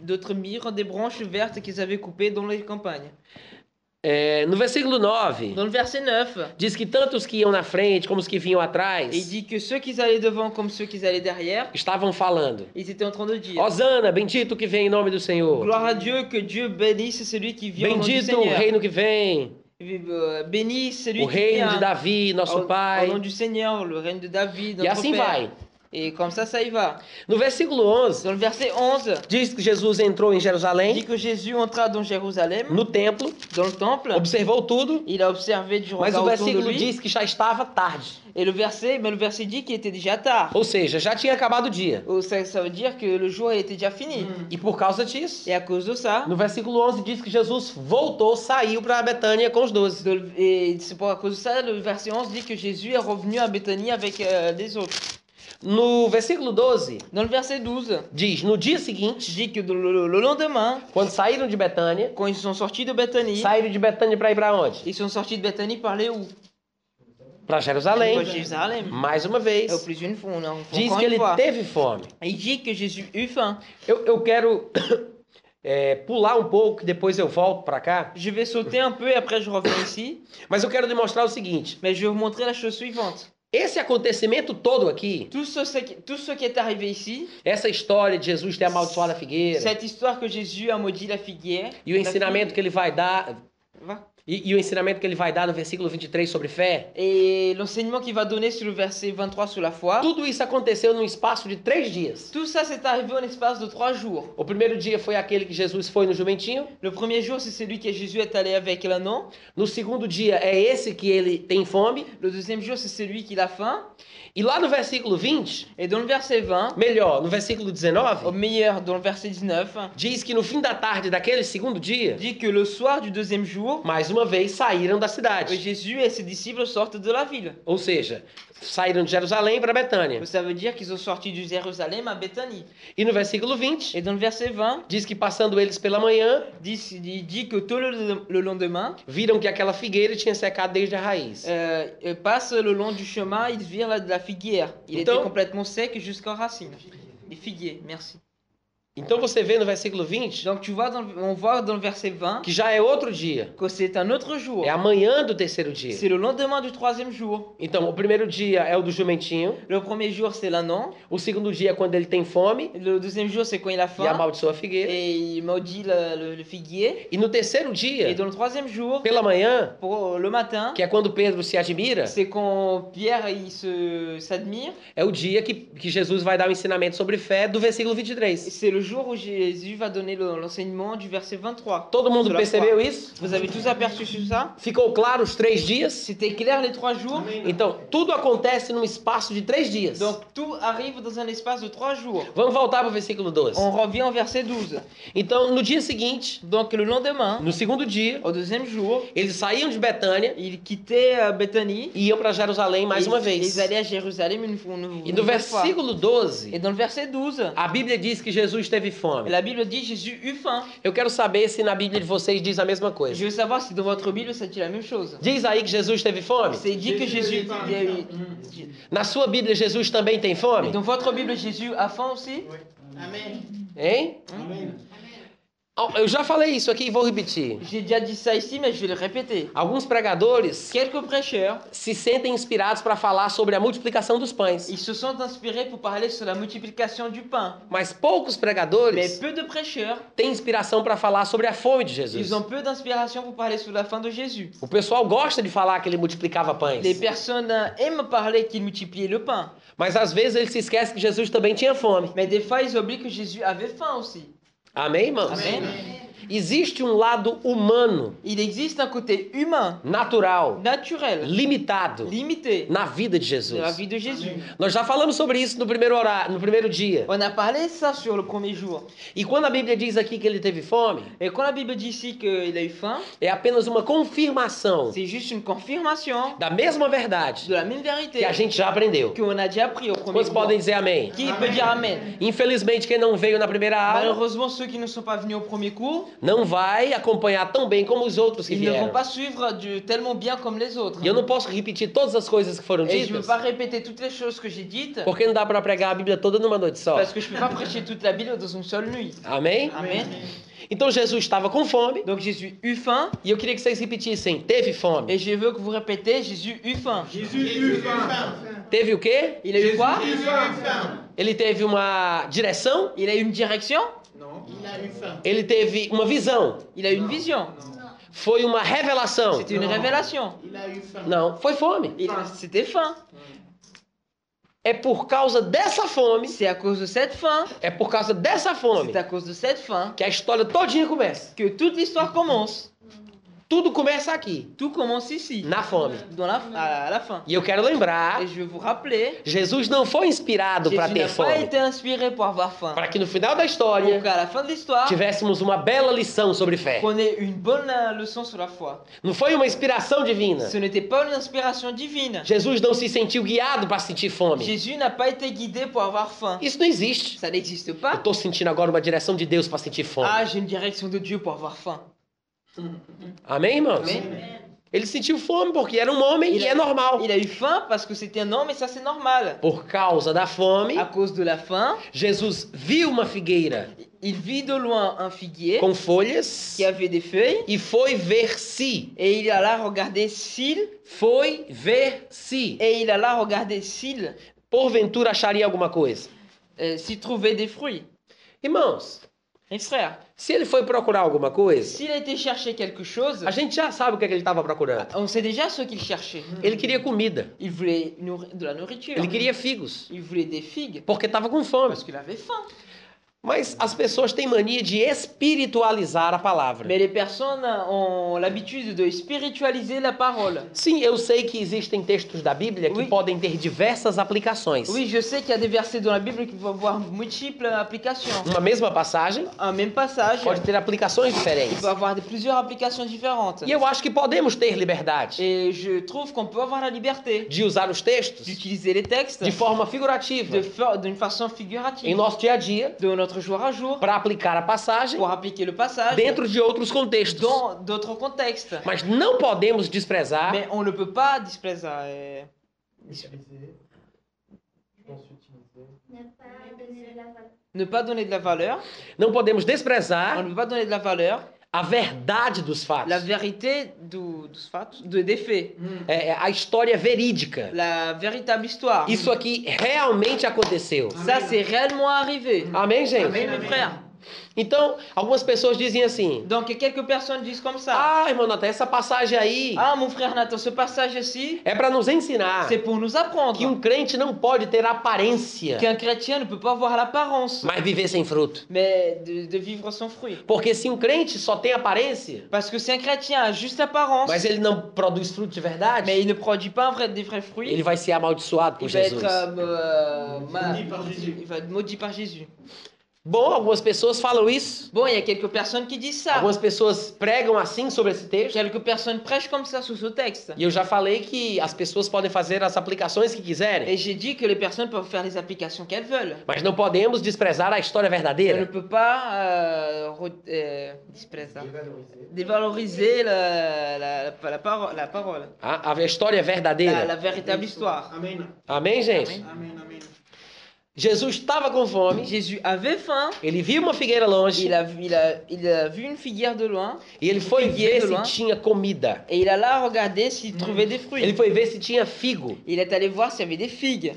d'autres mirent des branches vertes qu'ils avaient coupées dans les campagnes.
É, no versículo 9,
Dans le verset 9,
diz que tanto os que iam na frente como os que vinham
il
atrás
dit que ceux qui allaient devant comme ceux qui allaient derrière,
estavam falando:
ils étaient en train de dire
Hosana, bendito que vem em nome do Senhor.
Gloire à Dieu, que Dieu bénisse celui qui vient au nom du
Bendito o
Seigneur.
reino que vem,
Euh, Bénis celui
o
qui
reino de
vient
Davi, nosso
au, au nom
pai.
du Seigneur, le règne de
E
David, notre
assim
Père.
vai.
Et comme ça, ça y va.
No versículo 11,
Dans le verset 11,
diz que Jesus entrou em
dit
Jerusalém,
que Jésus entra dans Jérusalem,
no templo,
dans le temple.
observou tudo,
Il a observé du
mas o
regard autour de
versículo
lui.
diz que já estava tarde.
Et le verset, mais le verset dit qu'il était déjà tard.
Ou seja, já tinha acabado o dia.
Oh, Ça, ça veut dire que le jour était déjà fini.
E por causa disso,
Et à cause de ça,
no versículo 11 diz que Jesus voltou, saiu para Betânia com os doze.
de- et c'est pour à cause de ça, le verset 11 dit que Jésus est revenu à Béthanie avec euh, les autres.
No versículo 12,
Dans le verset 12,
diz: No dia seguinte,
dit que le, le- le lendemain,
quando saíram de Betânia,
quand ils sont sortis de Béthanie,
saíram de Betânia para ir para onde?
ils sont sortis de Béthanie par les où
Para Jerusalém.
Para Jerusalem.
Mais uma
Et au
vez.
plus d'une fois, on en fait
Diz
encore
que
une
ele
fois.
teve fome.
Il dit que Jésus eut faim.
Eu, eu quero é, pular um pouco, depois eu volto para cá.
Je vais sauter un peu et après je reviens ici.
Mas eu quero demonstrar o seguinte:
Mais je vais vous montrer la chose suivante.
esse acontecimento todo aqui,
Tout ce, ce qui- tout ce qui est arrivé ici,
essa história de Jesus ter amaldiçoado a figueira
cette histoire que Jésus a maudit la figuière,
e o ensinamento que ele vai dar,
Va.
E, e o ensinamento que ele vai dar no versículo 23 sobre fé,
et l'enseignement qu'il va donner sur le verset 23 sur la foi, tout,
tudo isso aconteceu num espaço de três dias.
ça c'est arrivé en l'espace de trois jours.
O primeiro dia foi aquele que Jesus foi no jumentinho.
Le premier jour, c'est celui que Jésus est allé avec l'anneau.
No segundo dia é esse que ele tem fome.
Le deuxième jour, c'est celui qui a faim.
E lá no versículo 20,
Et dans le verset 20,
melhor, no versículo
au
19,
meilleur, dans le verset 19,
diz que no fim da tarde daquele segundo dia,
dit que le soir du deuxième jour,
mais uma vez saíram da cidade.
Jésus et ses disciples sortent de la ville.
Ou seja, saíram de Jerusalém para Betânia.
Ça veut dire qu'ils sont sortis du Jérusalem à Béthanie.
E no versículo 20,
Et dans le verset 20,
diz que passando eles pela manhã,
dit- il dit que tôt le, le lendemain,
viram que aquela figueira tinha secado desde a raiz.
euh, euh, passe le long du chemin, ils virent la, la figuière. Il
Donc-
était complètement sec jusqu'aux racines. Et figuier, merci.
Então você vê no versículo 20
Donc tu vois, dans le- on voit dans le verset 20
que já é outro dia.
que c'est un autre jour.
É amanhã do terceiro dia.
C'est le lendemain du troisième jour.
Então, o primeiro dia é o do jumentinho.
Le premier jour, c'est l'annon.
O segundo dia é quando ele tem fome
Le deuxième jour, c'est quand il a
e
faim.
amaldiçoa a figueira.
Et il maudit le, le- le figuier.
E no terceiro
Et
dia,
dans le troisième jour,
pela manhã,
pour le matin,
que é quando Pedro se admira,
c'est quand Pierre il se s'admire.
é o dia que, que Jesus vai dar o ensinamento sobre fé do versículo 23.
C'est le jour où Jésus va donner le- l'enseignement du verset 23.
Todo mundo
Será
percebeu isso?
Vous avez tous aperçu sur ça
Ficou claro os três dias?
C'était clair les trois jours.
Então, tudo acontece num espaço de três dias.
Donc tout arrive dans un espace de trois jours.
Vamos voltar para o versículo 12.
On revient au verset 12.
Então, no dia seguinte,
Donc le lendemain,
no segundo dia,
au deuxième jour,
eles saíam de Betânia
ils quittaient euh, Béthanie.
e iam para Jerusalém mais
Et
uma
ils-
vez.
Ils allaient à Jérusalem une, fois- une-
E
une
no
fois.
versículo
Et
12,
dans le verset 12,
a Bíblia diz que Jesus teve fome.
la Bible dit Jésus eut faim.
Eu quero saber se na Bíblia de vocês diz a mesma
Je
coisa.
veux savoir si dans votre Bible ça dit la même chose.
Diz aí que Jesus teve fome?
C'est dit que Jésus.
Na sua Bíblia, Jesus também tem
Et
fome?
dans votre Bible, Jésus a faim aussi
Hein?
Amen.
Ó, Eu já falei isso aqui e vou repetir.
J'ai déjà dit ça ici, mais je vais le répéter.
Alguns pregadores
Quelques prêcheurs,
se sentem inspirados para falar sobre a multiplicação dos pães,
ils se sont inspirés pour parler sur la multiplication du pain.
mas poucos
Mais
pregadores
peu de prêcheurs,
têm inspiração para falar sobre a fome de Jesus.
ils ont peu d'inspiration pour parler sur la fin de Jésus.
O pessoal gosta de falar que ele multiplicava
Les
pães,
personnes euh, aiment parler qu'il multipliait le pain.
mas às vezes eles se esquecem que Jesus também tinha fome.
Mais des fois, ils oublient que Jésus avait faim aussi.
Amém, irmãos?
Amém.
Amen.
Existe um lado humano,
Il existe un côté humain,
natural,
naturel,
limitado
limité
na vida de
de la
Jesus.
vie de Jésus.
Nós já falamos sobre isso no primeiro horário, no primeiro dia.
On a parlé ça sur le premier jour.
E quando a Bíblia diz aqui que ele teve fome,
Et quand la Bible dit ici qu'il a eu faim,
é apenas uma confirmação
c'est juste une confirmation
da mesma verdade
de la même vérité
que a gente já aprendeu.
qu'on a déjà appris au premier
Quantos
jour.
podem dizer amém?
Qui peut dire Amen
Infelizmente, quem não veio na primeira aula
Malheureusement, ceux qui ne sont pas venus au premier cours,
não vai acompanhar tão bem como os outros que
ils ne vont
vieram.
pas suivre du, tellement bien comme les autres.
E eu não posso repetir todas as coisas que foram
Et je ne
ditas,
veux pas répéter toutes les choses que j'ai dites,
porque não dá para pregar a Bíblia toda numa noite só.
parce que je ne peux pas prêcher toute la Bible dans une seule nuit.
Amém?
Amen.
Então Jesus estava com fome,
Donc Jésus eut faim,
e eu queria que vocês repetissem: teve fome.
et je veux que vous répétez, Jésus eut faim.
Jésus eut faim.
Teve o quê?
Il a eu quoi
Jésus eut faim.
Ele teve uma direção,
Il a eu une direction,
Non.
Il a eu faim.
ele teve uma visão,
il a eu une vision,
foi uma revelação.
c'était une
Non.
révélation.
Il a eu faim.
Não, foi fome.
Il- C'était faim.
É por causa dessa fome,
C'est à cause de cette faim,
é por causa dessa fome
c'est à cause de cette faim
que a história todinha começa.
que toute l'histoire commence.
Tudo começa aqui,
Tout commence ici,
na fome.
dans la, à la fin.
E eu quero lembrar,
Et je veux vous rappeler,
Jesus não foi inspirado
Jésus
para ter
n'a pas
fome,
été inspiré pour avoir faim.
para que no final da história
Donc à la fin de l'histoire,
tivéssemos uma bela lição sobre fé.
qu'on ait une bonne euh, leçon sur la foi.
Não foi uma inspiração divina.
Ce n'était pas une inspiration divine.
Jesus não se sentiu guiado para sentir fome.
Jésus n'a pas été guidé pour avoir faim.
Isso não existe.
Ça n'existe
Eu
pas.
estou sentindo agora uma direção de Deus para sentir fome.
Ah, j'ai une direction de Dieu pour avoir faim.
Amém, irmãos?
Amen.
Ele sentiu fome porque era um homem e é normal.
Il a eu faim parce que c'était un homme et ça c'est normal.
Por causa da fome,
À cause de la faim,
Jesus viu uma figueira
il vit de loin un figuier
com folhas
qui avait des feuilles
e foi ver se.
et il alla regarder s'il
Foi ver se.
et il alla regarder s'il
Porventura acharia alguma coisa.
euh, s'il trouvait des fruits.
Irmãos,
Et frère,
se ele foi procurar alguma coisa,
s'il était chercher quelque chose,
a gente já sabe o que, é que ele estava procurando.
on sait déjà ce qu'il cherchait.
Ele queria comida,
Il voulait nourri- de la nourriture.
ele queria figos,
Il voulait des figues
porque estava com fome.
parce qu'il avait faim.
Mas as pessoas têm mania de espiritualizar a palavra.
Mais les personnes ont l'habitude de spiritualiser la parole.
Sim, eu sei que existem textos da Bíblia que
Oui.
podem ter diversas aplicações.
Oui, je sais qu'il y a des versets dans la Bible qui vont avoir multiples applications.
Uma mesma passagem
Un même passage
pode ter aplicações
il
diferentes.
peut avoir des- plusieurs applications différentes.
E eu acho que podemos ter liberdade
Et je trouve qu'on peut avoir la liberté
de usar os textos
d'utiliser les textes
de forma figurativa
de fa- d'une façon
em
figurative
nosso dia a dia
de notre jour à jour
para aplicar a passagem
pour appliquer le passage
dentro de outros contextos.
dans d'autres contextes.
Mas não podemos desprezar
Mais on ne peut pas displacer. euh,
Utiliser. Je pense utiliser.
Ne pas donner la valeur.
Ne pas donner de la valeur.
Não podemos
On
desprezar
ne peut pas donner de la valeur.
a verdade dos fatos.
La vérité du, du fact- de, des faits.
É, é a história verídica.
La véritable histoire.
Isso aqui realmente aconteceu.
Ça, c'est réellement arrivé.
Amém, gente?
Amen, mes frères.
Então, algumas pessoas dizem assim:
Donc, quelques personnes disent comme ça.
Ah, irmão Natan, essa passagem aí
Ah, mon frère Nathan, ce passage-ci,
é para nos ensinar
c'est pour nous
que
apprendre
um crente não pode ter aparência,
qu'un chrétien ne peut pas avoir l'apparence,
mas viver sem fruto.
mais de, de vivre sans fruit.
Porque se um crente só tem aparência,
Parce que si un chrétien a juste apparence,
mas ele não produz fruto de
mais
verdade,
il ne produit pas un vrai, des vrais fruits,
ele vai ser amaldiçoado
il
por
va
Jesus.
être euh, euh, ma-
Maudit par Jésus.
il va être maudit par Jésus.
Bom, algumas pessoas falam isso.
Bon, il y a quelques personnes qui disent ça.
Algumas pessoas pregam assim sobre esse texto.
Quelques personnes prêchent comme ça sous ce texte.
E eu já falei que as pessoas podem fazer as aplicações que quiserem,
Et j'ai dit que les personnes peuvent faire les applications qu'elles veulent.
mas não podemos desprezar a história
On ne
verdadeira.
peut pas euh, re- euh, displacer ça.
Dévaloriser.
dévaloriser la, la, la, la paro- la parole,
A, a história é
la,
verdadeira.
la véritable histoire.
Amen.
É Amém, gente?
Amém.
Amen, amen.
Jesus estava com fome,
Jésus avait faim,
ele viu uma figueira longe
il a, vu- il, a, il a vu une figuière de loin
e ele foi
figueira
ver se
lá.
tinha comida.
et il alla regarder s'il trouvait des
Ele
fruits.
foi ver se tinha figo.
Il est allé voir s'il y avait des figues.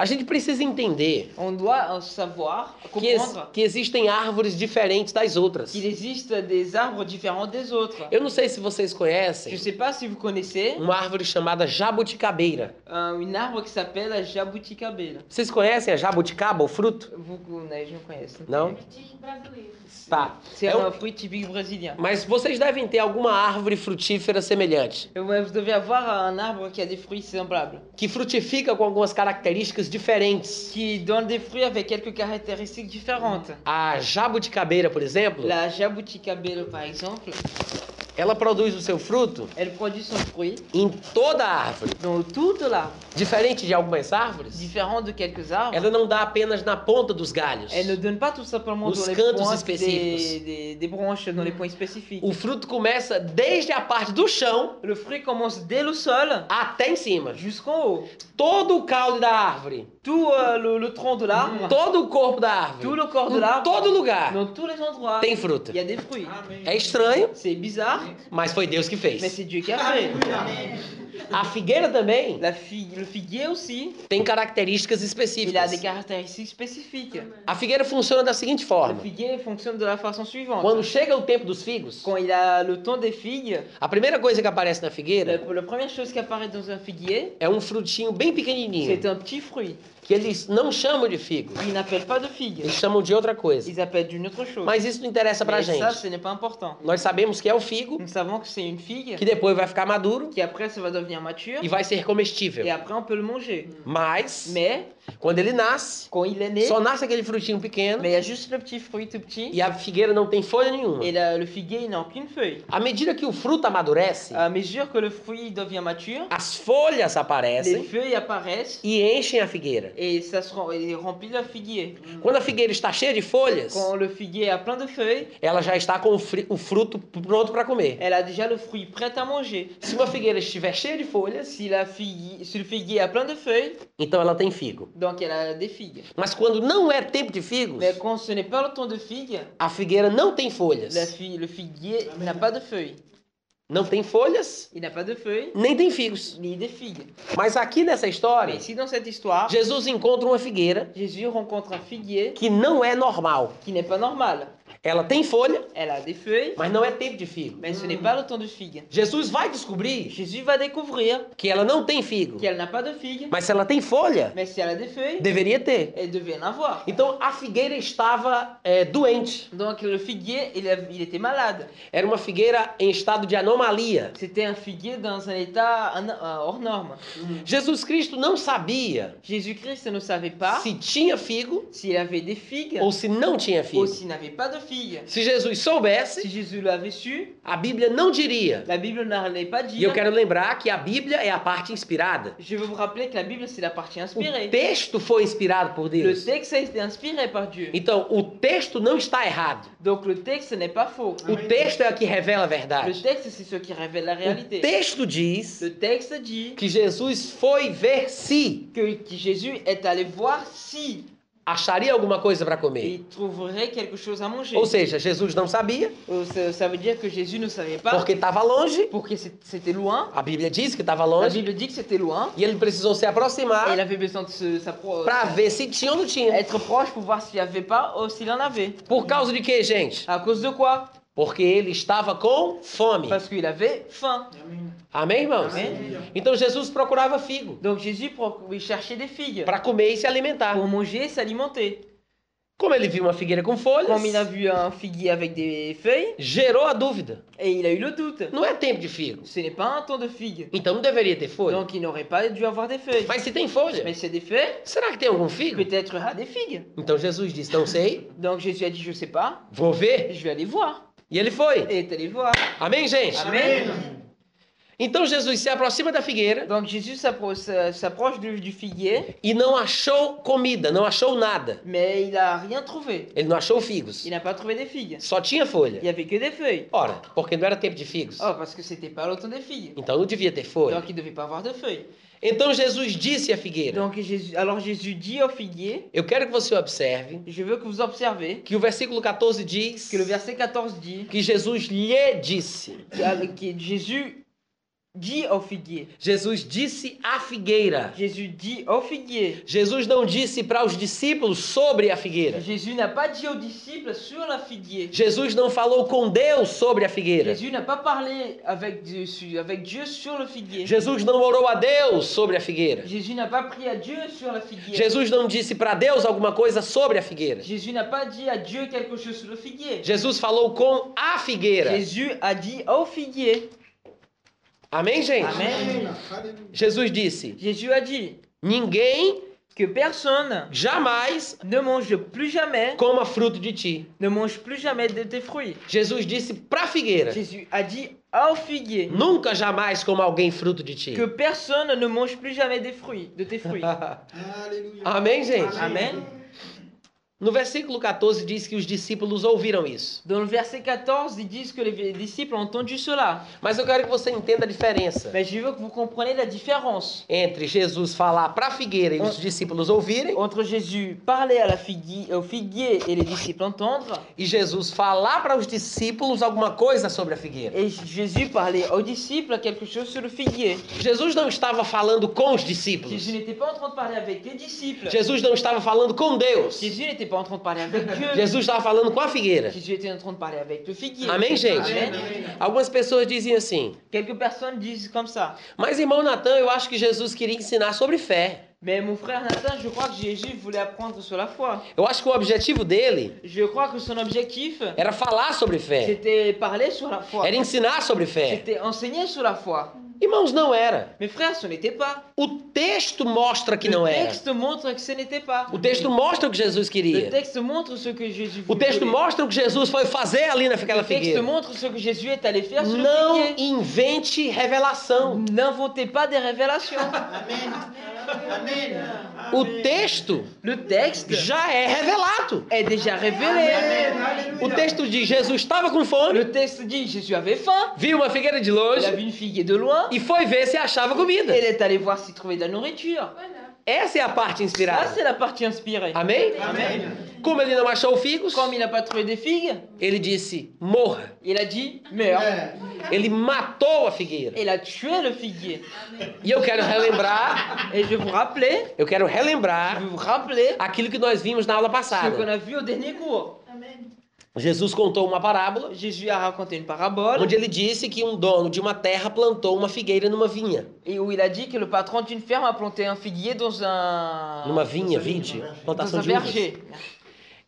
A gente precisa entender
On doit euh, savoir,
que, ex-
comprendre
que existem árvores diferentes das outras.
qu'il existe des arbres différents des autres.
Eu não sei se vocês
Je
conhecem
sais pas si vous connaissez
uma árvore chamada jabuticabeira.
euh, une arbre qui s'appelle la jabuticabela.
Vocês conhecem a jabuticaba, o fruto?
Vous connaissez, je connais.
Não? Tá.
C'est
É um-
un fruit typique brésilien.
Mas vocês devem ter alguma árvore frutífera semelhante,
Et ouais, Vous devez avoir un arbre qui a des fruits semblables,
que frutifica com algumas características diferentes.
qui donne des fruits avec quelques caractéristiques différentes.
A jabuticabeira, por exemplo,
La jabuticabela, par exemple,
ela produz o seu fruto
elle produit son fruit
em toda a árvore.
dans toute l'arbre,
Diferente de algumas árvores,
différent de quelques arbres.
ela não dá apenas na ponta dos galhos.
Elle ne donne pas tout simplement
Nos
dans les
cantos
pointes des,
específicos.
des- des branches, dans les points spécifiques.
O fruto começa desde a parte do chão
Le fruit commence dès le sol
até em cima.
jusqu'en haut.
Todo o caule da árvore,
Tout euh, le, le tronc de l'arbre,
todo o corpo da
tout
árvore,
le corps de
em
l'arbre,
todo lugar
dans tous les endroits,
tem fruta.
il y a des fruits.
É estranho,
C'est bizarre,
mas foi Deus que
mais
fez.
c'est Dieu qui a fait.
A figueira também
La figue, le figuier aussi,
tem características
il a des
específicas.
caractéristiques spécifiques.
A figueira funciona da seguinte
Le
forma:
figuier fonctionne de la façon suivante.
quando chega o tempo dos figos,
Quand il a le temps des figues,
a primeira coisa que aparece na figueira
la, la première chose qui apparaît dans un figuier,
é um frutinho bem pequenininho
c'est un petit fruit.
que eles não chamam de figo,
Ils n'appellent pas de figue,
eles chamam de outra coisa.
ils appellent d'une autre chose.
Mas isso é assim. não interessa pra
Mais ça,
gente.
ce n'est pas important.
Nós sabemos que é o figo,
Nous savons que c'est une figue
que depois vai ficar maduro
qui après ça va devenir mature
e vai ser comestível.
et après on peut le manger.
Mm. Mas,
Mais
quando ele nasce,
quand il est né,
só nasce aquele frutinho pequeno
mais il y a juste le petit fruit tout petit
e a figueira não tem folha nenhuma.
et la- le figuier il n'a aucune feuille.
À medida que o fruto amadurece,
À mesure que le fruit devient mature,
as folhas
les
aparecem
feuilles apparaissent
e enchem a figueira.
et ça se rem- et remplit le figuier.
Quando a figueira está cheia de folhas,
Quand le figuier a plein de feuilles,
ela já está com o fri- o fruto pronto para comer.
elle a déjà le fruit prêt à manger.
Se uma figueira estiver cheia de folhas,
Si, la figue- si le figuier a plein de feuilles,
então ela tem figo.
donc elle a des figues.
Mas quando não é tempo de figos,
Mais quand ce n'est pas le temps de figues,
a figueira não tem
la
folhas.
fi- le figuier n'a pas de feuilles.
Não tem folhas,
Il n'a pas de feuilles,
nem tem figos.
ni des figues.
Mas aqui nessa
Mais
história,
ici, dans cette histoire,
Jesus encontra uma figueira
Jésus rencontre un figuier
que não é normal.
qui n'est pas normal.
Ela tem folha,
Elle a des feuilles,
mas não é tempo de figo.
mais ce n'est pas le temps de figue.
Jesus vai descobrir
Jésus va découvrir
que ela não tem figo.
qu'elle n'a pas de figues,
Mas se ela tem folha,
mais si elle a des feuilles,
deveria ter.
elle devait en avoir.
Então a figueira estava é, doente.
Donc le figuier, il, a- il était malade.
Era uma figueira em estado de anomalia.
C'était un figuier dans un état an- euh, hors norme.
Jesus Cristo não sabia
Jésus-Christ ne savait pas
se tinha figo
s'il avait des figues
ou se não tinha figo.
ou s'il n'avait pas de figues.
Se Jesus
Si
soubesse,
Jésus l'avait su,
a Bíblia não diria.
la Bible n'allait pas
E eu
dire.
quero lembrar que a Bíblia é a parte inspirada.
Je veux vous rappeler que la Bible, c'est la partie
O
inspirée.
texto foi inspirado por
Le
Deus.
texte a été inspiré par Dieu.
Então, o texto não está errado.
Donc le texte n'est pas faux.
O texto é o que revela a
Le
verdade.
texte, c'est ce qui révèle la
O
réalité.
texto diz
Le texte dit
que Jesus foi ver se
que que Jésus est allé voir si
acharia alguma coisa para comer.
il trouverait quelque chose à manger.
Ou seja, Jesus não sabia,
Euh, Ça, ça veut dire que Jésus ne savait pas
porque estava longe.
pour que c'est- c'était loin.
A Bíblia diz que estava
La
longe.
Bible dit que c'était loin.
E ele precisou se
Et il
aproximar
avait besoin de se, s'appro-
para ver se tinha ou não tinha.
être proche pour voir s'il n'y avait pas ou s'il en avait.
Por causa de quê, gente?
À cause de quoi
Porque ele estava com fome.
Parce qu'il avait faim.
Amém, irmãos?
Amém.
Então Jesus procurava figo
Donc Jésus pro- il cherchait des figues
para comer e se alimentar.
pour manger et s'alimenter.
Como ele viu uma figueira com folhas,
Comme il a vu un figuier avec des feuilles,
gerou a dúvida.
et il a eu le doute.
Não é tempo de figo.
Ce n'est pas un temps de figue.
Então não deveria ter folha.
Donc il n'aurait pas dû avoir des feuilles.
Mas se tem folha,
Mais c'est des feuilles,
será que tem algum figo?
peut-être a des figues.
Então Jesus disse: Não sei,
Donc Jésus a dit je sais pas,
vou ver.
je vais aller voir.
E ele foi.
Et il est allé voir.
Amém, gente?
Amen.
Então Jesus se aproxima da figueira
Donc Jésus s'appro- s'a- s'approche du, du figuier,
e não achou comida, não achou nada.
mais il a rien trouvé.
Ele não achou figos.
Il n'a pas trouvé des figues.
Só tinha
Il
folha.
n'y avait que des feuilles.
Ora, porque não era tempo de figos.
Oh, parce que c'était pas le temps des figues.
Então não devia ter folha.
Donc il ne devait pas avoir de feuilles.
Então Jesus disse à figueira:
Donc Jésus, alors Jésus dit au figuier,
Eu quero que você observe
je veux que vous observez
que o versículo 14 diz
que le verset 14 dit
que Jesus lhe disse.
que- que Jésus dit au figuier.
Jesus disse à figueira.
Jésus dit au figuier.
Jesus não disse para os discípulos sobre a figueira.
Jésus n'a pas dit aux disciples sur la figuier.
Jesus não falou com Deus sobre a figueira.
Jésus n'a pas parlé avec Dieu, su- avec Dieu sur le figuier.
Jesus não orou a Deus sobre a figueira.
Jésus n'a pas prié à Dieu sur la figuier.
Jesus não disse para Deus alguma coisa sobre a figueira.
Jésus n'a pas dit à Dieu quelque chose sur le figuier.
Jesus falou com a figueira.
Jésus a dit au figuier.
Amém, gente?
Amen.
Alléluia.
Jesus disse:
Jésus a dit
Ninguém
que personne
jamais
ne mange plus jamais,
coma fruto de ti.
ne mange plus jamais de tes fruits.
Jesus disse para a figueira:
Jésus a dit au figuier
Nunca jamais coma alguém fruto de ti.
que personne ne mange plus jamais des fruits, de tes fruits.
Amém, gente?
Amen.
No versículo 14 diz que os discípulos ouviram isso.
Dans le verset 14, ils disent que les disciples ont entendu cela.
Mas eu quero que você entenda a diferença
Mais Ben, je veux que vous compreniez la différence
entre Jesus falar para a figueira e os discípulos ouvirem
entre Jésus parler à la figuier, au figuier et les disciples entendre,
e Jesus falar para os discípulos alguma coisa sobre a figueira.
et Jésus parler aux disciples quelque chose sur le figuier.
Jesus não estava falando com os discípulos.
Jésus n'était pas en train de parler avec les disciples.
Jesus não estava falando com Deus.
Jésus n'était pas en train de parler avec Dieu.
Jesus estava falando com a figueira.
Jésus était en train de parler avec le figuier.
Amém, gente?
Amen.
Algumas pessoas dizem assim:
Quelques personnes disent comme ça.
Mas irmão Natan, eu acho que Jesus queria ensinar sobre fé.
Mais mon frère Nathan, je crois que Jésus voulait apprendre sur la foi.
Eu acho que o objetivo dele
Je crois que son objectif,
era falar sobre fé,
c'était parler sur la foi.
era ensinar sobre fé.
C'était enseigner sur la foi.
Irmãos, não era.
Mes frères, ce n'était pas.
O texto mostra que não
le
era.
texte montre que ce n'était pas.
O texto mostra o que Jesus
Le
queria.
texte montre ce que Jésus
O
voulait.
texto mostra o que Jesus foi fazer ali naquela
le texte
figueira.
montre ce que é. Jésus est allé faire sur le
Não
figuier.
invente revelação.
N'inventez pas des révélations.
Amen.
O texto
Le texte
já é revelado.
est déjà révélé.
O texto diz: Jesus estava com fome,
Le texte dit Jésus avait faim.
viu uma figueira de
Il
longe
a vu une figuier de loin.
e foi ver se achava comida.
Elle est allée voir s'il trouvait de la nourriture.
Voilà.
Essa é a parte
Là,
inspirada.
c'est la partie inspirée.
Amém?
Amen.
Como ele não achou figos,
Comme il n'a pas trouvé des figues,
ele disse: morra.
il a dit
É.
meurs.
Ele matou a figueira.
Il a tué le figuier.
E eu quero relembrar,
Et je vais vous rappeler,
eu quero
je vais
relembrar
vous rappeler
aquilo que nós vimos na aula
ce qu'on
passada.
a vu au dernier cours.
Jesus contou uma parábola
Jésus a raconté une parabole
onde ele disse que um dono de uma terra plantou uma figueira numa vinha.
et où il a dit que le patron d'une ferme a planté un figuier dans un
Numa vinha, vinte,
dans
plantação
un
de uvas.
verger.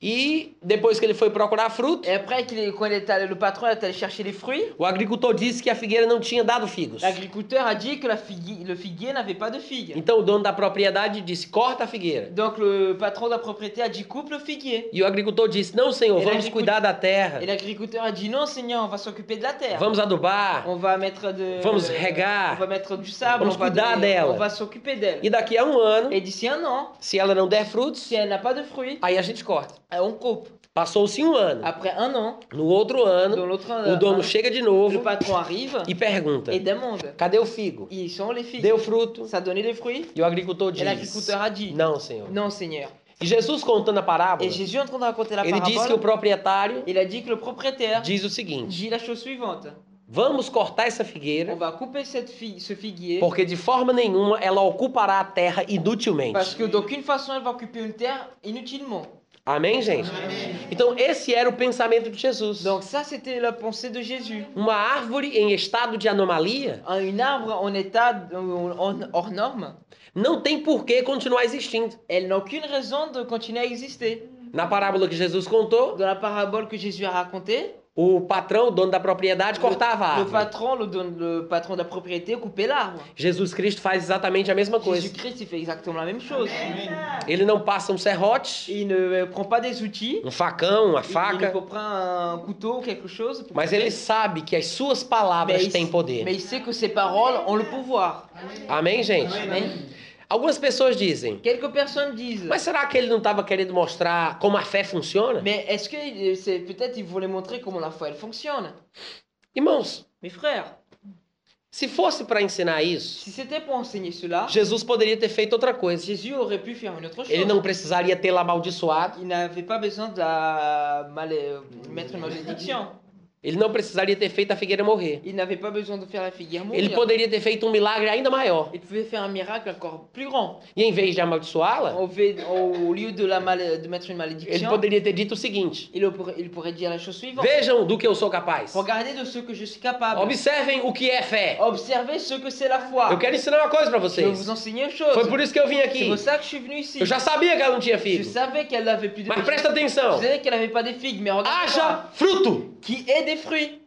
E depois que ele foi procurar fruto,
Et après qu'il est- quand il est allé, le patron est allé chercher les fruits,
o agricultor disse que a figueira não tinha dado figos.
l'agriculteur a dit que la figuier, le figuier n'avait pas de figues.
Então o dono da propriedade disse: corta a figueira.
Donc le patron de la propriété a dit coupe le figuier.
E o agricultor disse: não, senhor,
Ele
vamos
agricu-
cuidar da terra,
Et l'agriculteur a dit non Seigneur, on va s'occuper de la terre.
vamos adubar.
On va mettre de
Vamos regar.
on va mettre du sable,
Vamos
on va
cuidar
donner-
dela.
on va s'occuper
E
d'elle.
daqui a um ano,
Et d'ici un an,
se ela não der frutos,
si elle n'a pas de fruits,
aí a gente corta.
euh, on coupe.
Passou-se um ano.
Après un an,
No outro ano, né?
dans l'autre
o
an,
dono chega de
le
novo
patron arrive
e pergunta:
et demande.
cadê o figo?
Ils sont les figues.
Deu fruto?
Ça a donné des fruits.
E o é agricultor
Et
diz:
l'agriculteur a dit
não, senhor.
non Seigneur.
E Jesus contando a parábola,
Et Jésus est en train de raconter la
ele diz que o
parabole.
proprietário
Il a dit que le propriétaire
diz o seguinte:
dit la chose suivante.
vamos cortar essa
On
figueira,
va couper cette figue, ce figuier
porque de forma nenhuma ela ocupará a terra inutilmente.
parce que d'aucune façon elle va occuper une terre inutilement.
Amém, gente? Então, esse era o pensamento de Jesus.
Donc ça c'était la pensée de Jésus.
Uma árvore em estado de anomalia
Un une arbre en état de- en- hors norme,
não tem por que continuar existindo.
elle n'a aucune raison de continuer à exister.
Na parábola que Jesus contou,
Dans la parabole que Jésus a racontée,
o patrão, o dono da propriedade, cortava a
le
árvore.
patron, le, don- le patron de la propriété coupait l'arbre.
Jesus Cristo faz exatamente a mesma coisa.
Jésus-Christ, il fait exactement la même chose.
Ah,
Ele não passa um serrote,
Il ne euh, prend pas des outils,
um facão, uma
il, il ne
faca,
prend pas un couteau ou quelque chose. pour
mas
couper.
ele sabe que as suas palavras
Mais-
têm poder.
Mais il sait que ses paroles ont le pouvoir.
Amém, gente?
Amen.
Algumas pessoas dizem,
Quelques personnes disent.
mas será que ele não estava querendo mostrar como a fé funciona?
Mais est-ce que euh, c'est peut-être il voulait montrer comment la foi elle fonctionne
Irmãos,
Mes frères,
se fosse para ensinar isso,
si c'était pour enseigner cela,
Jesus poderia ter feito outra coisa.
Jésus aurait pu faire une autre chose.
Ele não precisaria tê-la amaldiçoado.
Il n'avait pas besoin de la mal- euh, mettre une malédiction.
Ele não precisaria ter feito a figueira morrer.
Il n'avait pas besoin de faire la figure mourir.
Ele poderia ter feito um milagre ainda maior.
Il pouvait faire un miracle encore plus grand.
E em vez de amaldiçoá-la,
Au, fait- au lieu de, la mal- de mettre une
ele
malédiction,
poderia ter dito o seguinte:
il, pourrait, il pourrait dire la chose suivante.
Vejam do que eu sou capaz.
Regardez de ce que je suis capable.
Observem o que é fé.
Observez ce que c'est la foi.
Eu quero ensinar uma coisa pra
Je vais vous
vocês.
enseigner une
Foi
chose.
por isso que eu vim
C'est
aqui.
pour ça que je suis venu ici.
Eu já sabia que ela não tinha
Je
filho.
savais qu'elle n'avait plus de
Mas
figues.
presta
Je
atenção.
savais qu'elle n'avait pas des figues, mais
Ah,
regarde
Haja fruto.
qui est des fruits.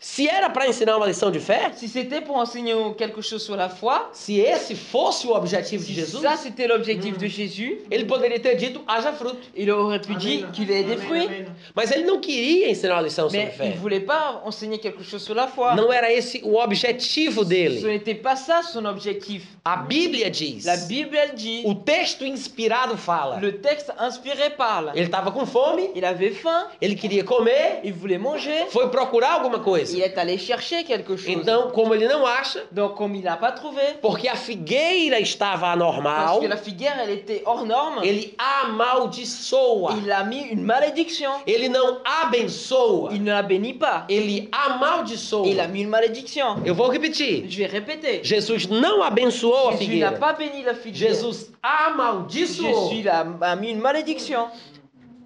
Se era pra ensinar uma lição de fé,
Si c'était pour enseigner quelque chose sur la foi,
se esse fosse o objetivo de
si
Jesus,
ça c'était l'objectif
Mm.
de Jésus,
ele poderia ter dito haja fruto.
il aurait pu dire qu'il est des fruits.
Mas ele não queria ensinar uma lição sobre
Mais il
fé.
ne voulait pas enseigner quelque chose sur la foi.
Não era esse o objetivo
Ce
dele.
n'était pas ça son objectif.
A Bíblia diz.
La Bible, elle dit,
O texto inspirado fala.
le texte inspiré parle.
Ele estava com fome,
Il avait faim,
ele queria comer,
il voulait manger,
foi procurar alguma
il
coisa.
est allé chercher quelque chose.
Então, como ele não acha,
Donc, comme il n'a pas trouvé,
porque a figueira estava
parce
anormal,
que la figuière, elle était hors norme,
ele amaldiçoa.
il a mis une malédiction.
Ele não abençoa,
Il ne la bénit pas.
ele
Il a
amaldiçoa.
mis une malédiction.
Eu vou repetir.
Je vais répéter.
Jesus não abençoou a
Jésus n'a
figueira.
pas béni la figuière.
Jesus amaldiçoou.
Jésus a, a mis une malédiction.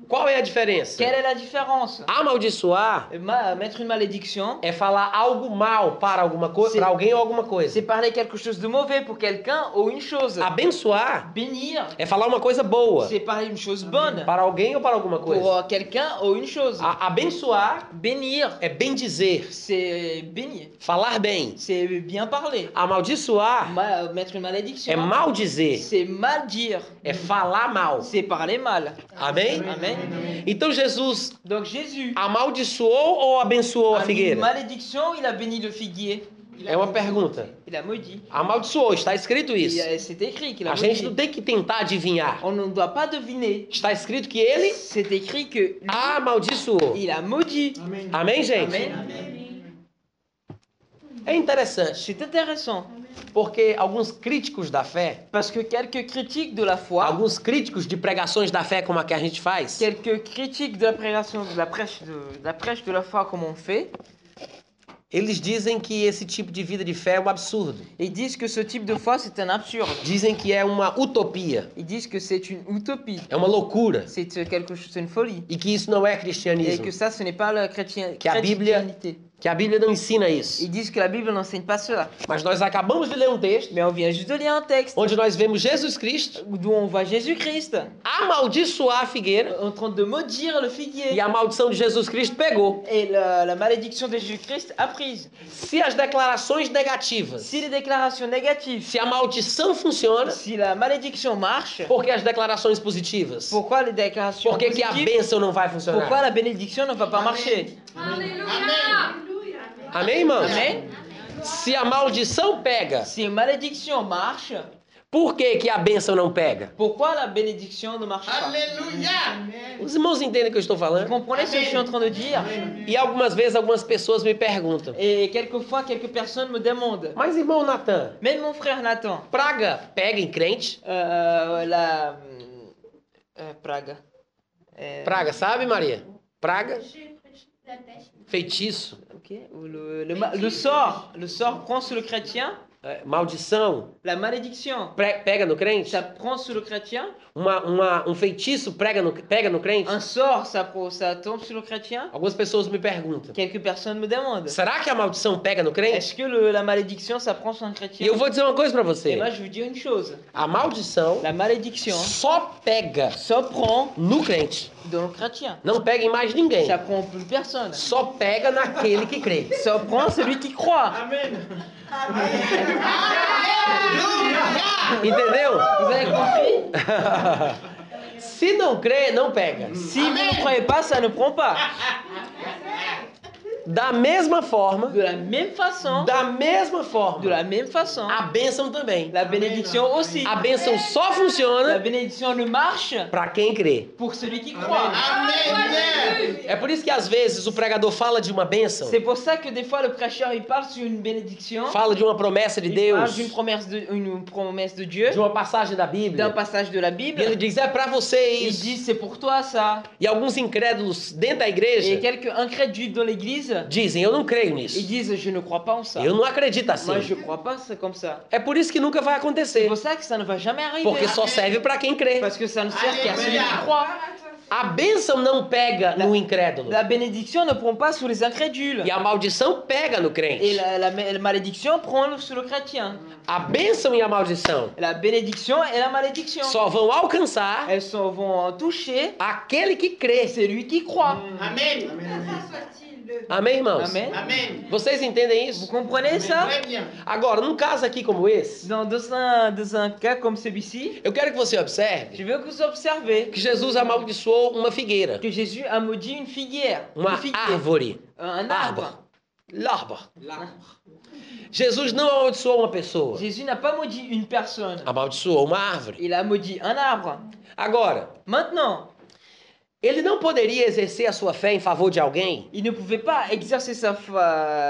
Qual é a diferença?
Quelle est la différence
Amaldiçoar
Ma- Mettre une malédiction,
é falar algo mal para alguma coisa,
Sim.
para alguém ou alguma coisa.
c'est parler quelque chose de mauvais pour quelqu'un ou une chose.
Abençoar
Ah, bah, Bénir,
é falar uma coisa boa
c'est parler une chose bonne
para alguém ou para alguma
pour
coisa.
euh, quelqu'un ou une chose. Ah,
A- abençoar
Bénir,
é bem dizer,
c'est bénir,
falar bem.
c'est bien parler.
Amaldiçoar
Ma- Mettre une
é
malédiction,
mal dizer,
c'est mal dire,
é falar mal.
c'est parler mal.
Amém?
Amen.
Então Jesus
Donc Jésus
amaldiçoou ou abençoou a
a mis une
figueira?
malédiction, il a béni le figuier,
É uma pergunta.
il a maudit.
Amaldiçoou, está escrito
Il
isso.
a- C'est écrit qu'il a
A gente não
maudit.
tem que tentar adivinhar.
On ne doit pas deviner.
Está escrito que ele
C'est écrit que lui,
amaldiçoou.
il a maudit.
Amém, gente?
Amen.
É interessante,
C'est intéressant
porque alguns críticos da fé,
parce que quelques critiques de la foi,
alguns críticos de pregações da fé comme a que a gente faz,
quelques critiques de la prégation, de la prêche de, de la prêche de la foi comme on fait,
Eles dizem que esse tipo de vida de fé é um absurdo.
ils disent que ce type de foi c'est un absurde.
Dizem que é uma utopia,
Ils disent que c'est une utopie,
é uma loucura
c'est euh, quelque chose, c'est une folie,
e que isso não é
et
cristianisme,
que ça ce n'est pas la chrétien,
Que la Bible-
chrétiennité.
que a Bíblia não ensina isso.
Ils disent que la Bible n'enseigne pas cela.
Mas nós acabamos de ler um texto
Mais on vient juste de lire un texte
onde nós vemos Jesus Cristo
d'où on voit Jésus-Christ
amaldiçoar a figueira
en train de maudire le figuier.
e a maldição de Jesus Cristo pegou.
Et la, la malédiction de Jésus-Christ a prise.
Se as declarações negativas,
Si les déclarations négatives,
se a maldição funciona,
si la malédiction marche,
por que as declarações positivas?
pourquoi les déclarations
Por que, que a
positives,
bênção não vai
pourquoi
funcionar?
la bénédiction ne va pas marcher
Alléluia.
Amém, irmãos?
Amen.
Se a maldição pega,
Si une malédiction marche,
por que, que a bênção não pega?
pourquoi la bénédiction ne marche pas
Alléluia.
Os irmãos entendem o que eu estou
Vous
falando?
comprenez ce que je suis en train de dire
E algumas vezes algumas pessoas me perguntam:
Et quelquefois, quelques personnes me demandent,
Mas irmão Natan,
même mon frère Nathan,
praga pega em crente?
euh, la... euh, Prague. Euh,
Praga, sabe, Maria? Praga,
J'ai prêché la pêche.
feitiço,
ok, ou le, le ma- le sort, le sort prend sur le chrétien
é, maldição,
la malédiction.
pre- pega no crente?
Ça prend sur le chrétien
Uma, uma- um feitiço prega no, pega no crente?
Un sort, ça, pro- ça tombe sur le chrétien
Algumas pessoas me perguntam:
Quelques personnes me demandent
Será que a maldição pega no crente?
Est-ce que le- la malédiction, ça prend sur un
E
chrétien
eu vou dizer uma coisa pra
Et
você:
moi, je vous dis une chose
a maldição
la malédiction,
só pega
ça prend
no crente,
dans le chrétien.
não pega em mais ninguém.
Ça prend plus personne.
Só pega naquele que crê.
Ça prend celui qui croit.
Amen.
Entendeu?
Vous avez compris
Se não crê, não pega.
Si vous ne croyez pas, ça ne prend pas.
Da mesma forma,
de la même façon,
da mesma
de
forma,
la même façon,
a bênção também.
la bénédiction aussi.
A bênção só
La
funciona
bénédiction ne marche
para quem crê.
pour celui qui croit.
Amen.
É por isso que às vezes o pregador fala de uma bênção,
C'est pour ça que des fois le prêcheur il parle sur une bénédiction,
fala de uma promessa de
il
Deus,
parle d'une promesse de, une promesse de Dieu,
de uma passagem da
d'un
Bíblia.
passage de la
E ele
Bible.
diz: é para
Il
vocês.
dit c'est pour toi ça.
E alguns incrédulos dentro da
Et
igreja
quelques incrédules dans l'église,
dizem: eu não creio
ils
nisso.
disent je ne crois pas en ça.
Eu não acredito assim.
Moi je crois pas c'est comme ça.
É por isso que nunca vai
C'est
acontecer,
pour ça que ça ne va jamais arriver.
porque só serve para quem crê.
Parce que ça ne sert qu'à celui
Alléluia.
qui croit.
A bênção não pega no incrédulo.
La bénédiction ne prend pas sous les incrédules.
E a maldição pega no
Et
crente.
la, la- la malédiction prend sous le chrétien.
A bênção e a maldição
La bénédiction et la malédiction.
só vão alcançar
Elles sont- vont en toucher
aquele é que crê.
c'est lui qui croit.
Amen.
Ça soit-il le
Amém, irmãos?
Amen.
Amen.
Vocês entendem
Vous
isso?
comprenez ça
Très bien.
Agora, num caso aqui como esse,
dans, dans un, dans un cas comme celui-ci,
eu quero que você observe
je veux que vous observez
que Jesus amaldiçoou uma figueira,
que Jésus a maudit une figuière.
uma
une figuière.
árvore,
Un
arbre,
arbre.
larva. Jesus não amaldiçoou uma pessoa,
Jésus n'a pas maudit une personne.
amaldiçoou uma árvore.
Il a maudit un arbre.
Agora,
Maintenant,
ele não poderia exercer a sua fé em favor de alguém
il ne pouvait pas exercer sa foi,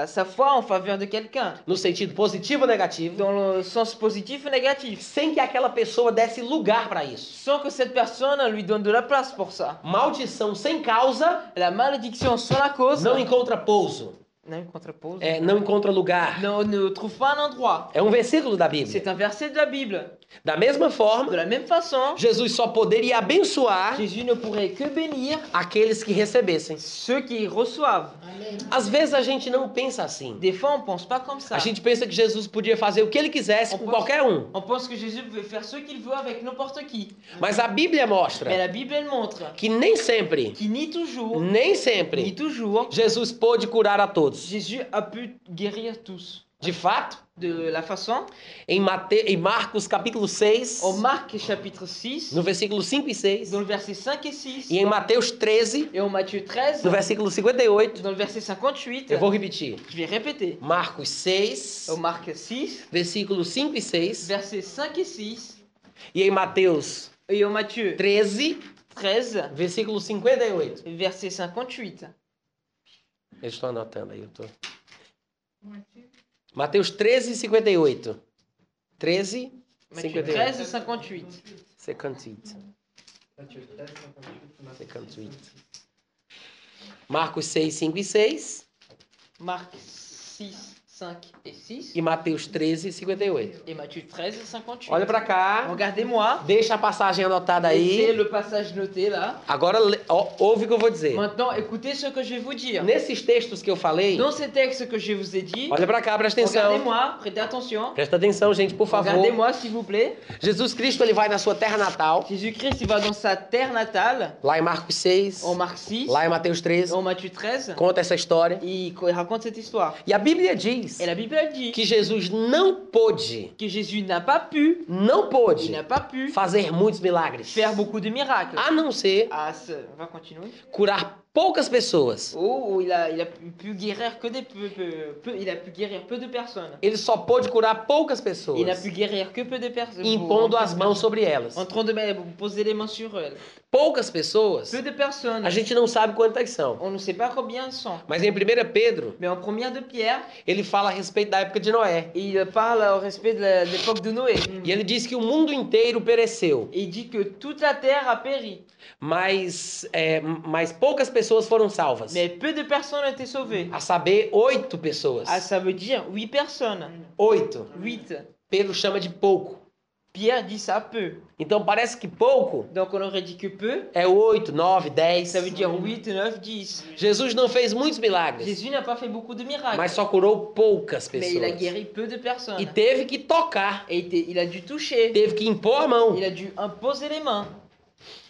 sa foi en faveur de quelqu'un.
no sentido positivo ou negativo,
Dans le sens positif ou négatif.
sem que aquela pessoa desse lugar para isso.
Sans que cette personne lui donne de la place pour ça.
Maldição sem causa
La malédiction sans la cause Eh,
não encontra pouso,
non, une contrapose.
é, não encontra lugar.
Non, ne trouve pas un endroit.
É um versículo da Bíblia.
C'est un verset de la Bible.
Da mesma
De
forma,
la même façon,
Jesus só poderia abençoar
Jésus ne pourrait que bénir
aqueles que recebessem.
ceux qui reçoivent. Ah,
Às vezes a gente não pensa assim.
Des fois, on pense pas comme ça.
A gente pensa que Jesus podia fazer o que ele quisesse com qualquer um.
On pense que Jésus veut faire ce qu'il veut avec n'importe qui.
Mas a Bíblia
Mais
mostra
la Bible, elle montre
que nem sempre,
qu'il nie toujours,
nem
nie
sempre,
toujours,
Jesus pôde curar a todos.
Jésus a pu guérir tous.
De fato,
De la façon,
em, Mate... em Marcos capítulo 6,
en Marc chapitre 6,
no versículo 5 e 6,
dans le verset 5 et 6,
e em Mateus 13,
et en Matthieu 13,
no versículo 58,
dans le verset 58,
eu vou repetir.
je vais répéter,
Marcos 6,
en Marc 6,
versículo 5 e 6,
verset 5 et 6,
e em Mateus
et en Matthieu
13,
13,
versículo 58.
verset 58.
Eu estou anotando aí, eu tô. Mateus 13, 58. 13,
Matthieu
58.
13, 58.
58.
Matthieu 13, 58, Marc
58. Marcos 6, 5 e 6
Marc 6, 5 et 6.
e Mateus 13, 58.
Et Matthieu 13, 58.
Olha pra cá,
Regardez-moi.
deixa a passagem anotada
C'est
aí.
le passage noté là.
Agora le- ó, ouve o que eu vou dizer.
Maintenant, écoutez ce que je vais vous dire.
Nesses textos que eu falei,
Dans ces textes que je vous ai dit,
olha pra cá, presta atenção.
regardez-moi, prêtez attention.
Presta atenção, gente, por favor.
Regardez-moi, s'il vous plaît.
Jesus Cristo, ele vai na sua terra natal,
Jésus-Christ, il va dans sa terre natale,
lá em Marcos 6,
en Marc 6,
lá em Mateus 13,
en Matthieu 13.
conta essa história.
Il il raconte cette histoire.
E a Bíblia diz
Et la Bible elle dit
que Jesus não pôde,
que Jésus n'a pas pu,
não
il
pôde
n'a pas pu
fazer muitos milagres,
faire beaucoup de miracles.
a não ser
Ah, ce- on va continuer.
curar poucas pessoas.
Oh, il a, il a pu guérir que des peu, peu- peu- il a pu guérir peu de personnes.
Ele só pôde curar poucas pessoas,
Il a pu guérir que peu de personnes.
impondo as mãos sobre elas.
En train de me- poser les mains sur elles.
Poucas pessoas,
Peu de personnes.
a gente não sabe quantas são.
On ne sait pas combien elles sont.
Mas em 1 Pedro,
Mais en première de Pierre,
ele fala a respeito da época de Noé.
il parle au respect de la- de l'époque de Noé.
E ele diz que o mundo inteiro pereceu,
Et Il dit que toute la terre a péri,
mas, é, mas poucas pessoas foram salvas.
mais peu de personnes ont été sauvées.
A saber, oito pessoas.
Ah, ça veut dire huit personnes.
Oito.
8.
Pedro chama de pouco.
Pierre dit ça peu.
Então parece que pouco
Donc on aurait dit que peu,
é oito, nove, dez.
ça veut dire 8, 9, 10.
Jesus não fez muitos milagres,
Jésus n'a pas fait beaucoup de miracles.
mas só curou poucas
Mais il a
pessoas.
guéri peu de personnes.
E teve que tocar,
Et il était- il a dû toucher.
teve que impor a mão.
Il a dû imposer les mains.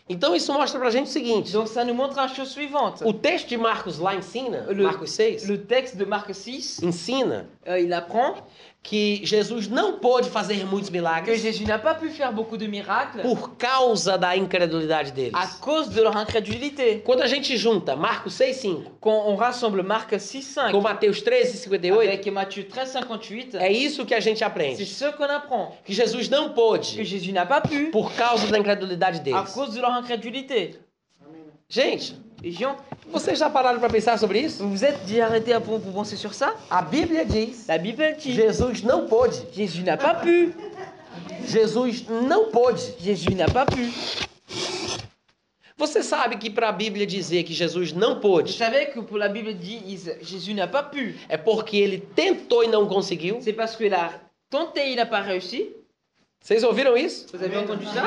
Então isso mostra pra gente o seguinte:
Donc ça nous montre la chose suivante.
o texto de Marcos lá ensina,
Le-
Marcos 6,
Le texte de Marc 6,
ensina
euh, il apprend
que Jesus não pôde fazer muitos
que
milagres
Jésus n'a pas pu faire beaucoup de miracles
por causa da incredulidade deles.
à cause de leur incrédulité.
Quando a gente junta Marcos 6, 5
Quand on rassemble Marc 6, 5
com Mateus 13, 58,
avec Matthieu 13, 58,
é isso que a gente
c'est
aprende.
ce qu'on apprend.
Que Jesus não
Que
pôde
Jésus n'a pas pu
por causa da incredulidade
à
deles.
cause de leur incrédulité.
Gente,
Et Jean,
vocês já pararam para pensar sobre isso?
vous vous êtes dit arrêté à pour pour penser sur ça
A Bíblia diz:
La Bible dit
Jesus não pôde.
Jésus n'a pas pu.
Jesus não pôde.
Jésus n'a pas pu.
Você sabe que para a Bíblia dizer que Jesus não
Vous
pôde
savez que pour la Bible dit is- Jésus n'a pas pu.
é porque ele tentou e não conseguiu?
C'est parce qu'il a tenté, il n'a pas réussi.
Vocês ouviram isso?
Vous avez entendu ça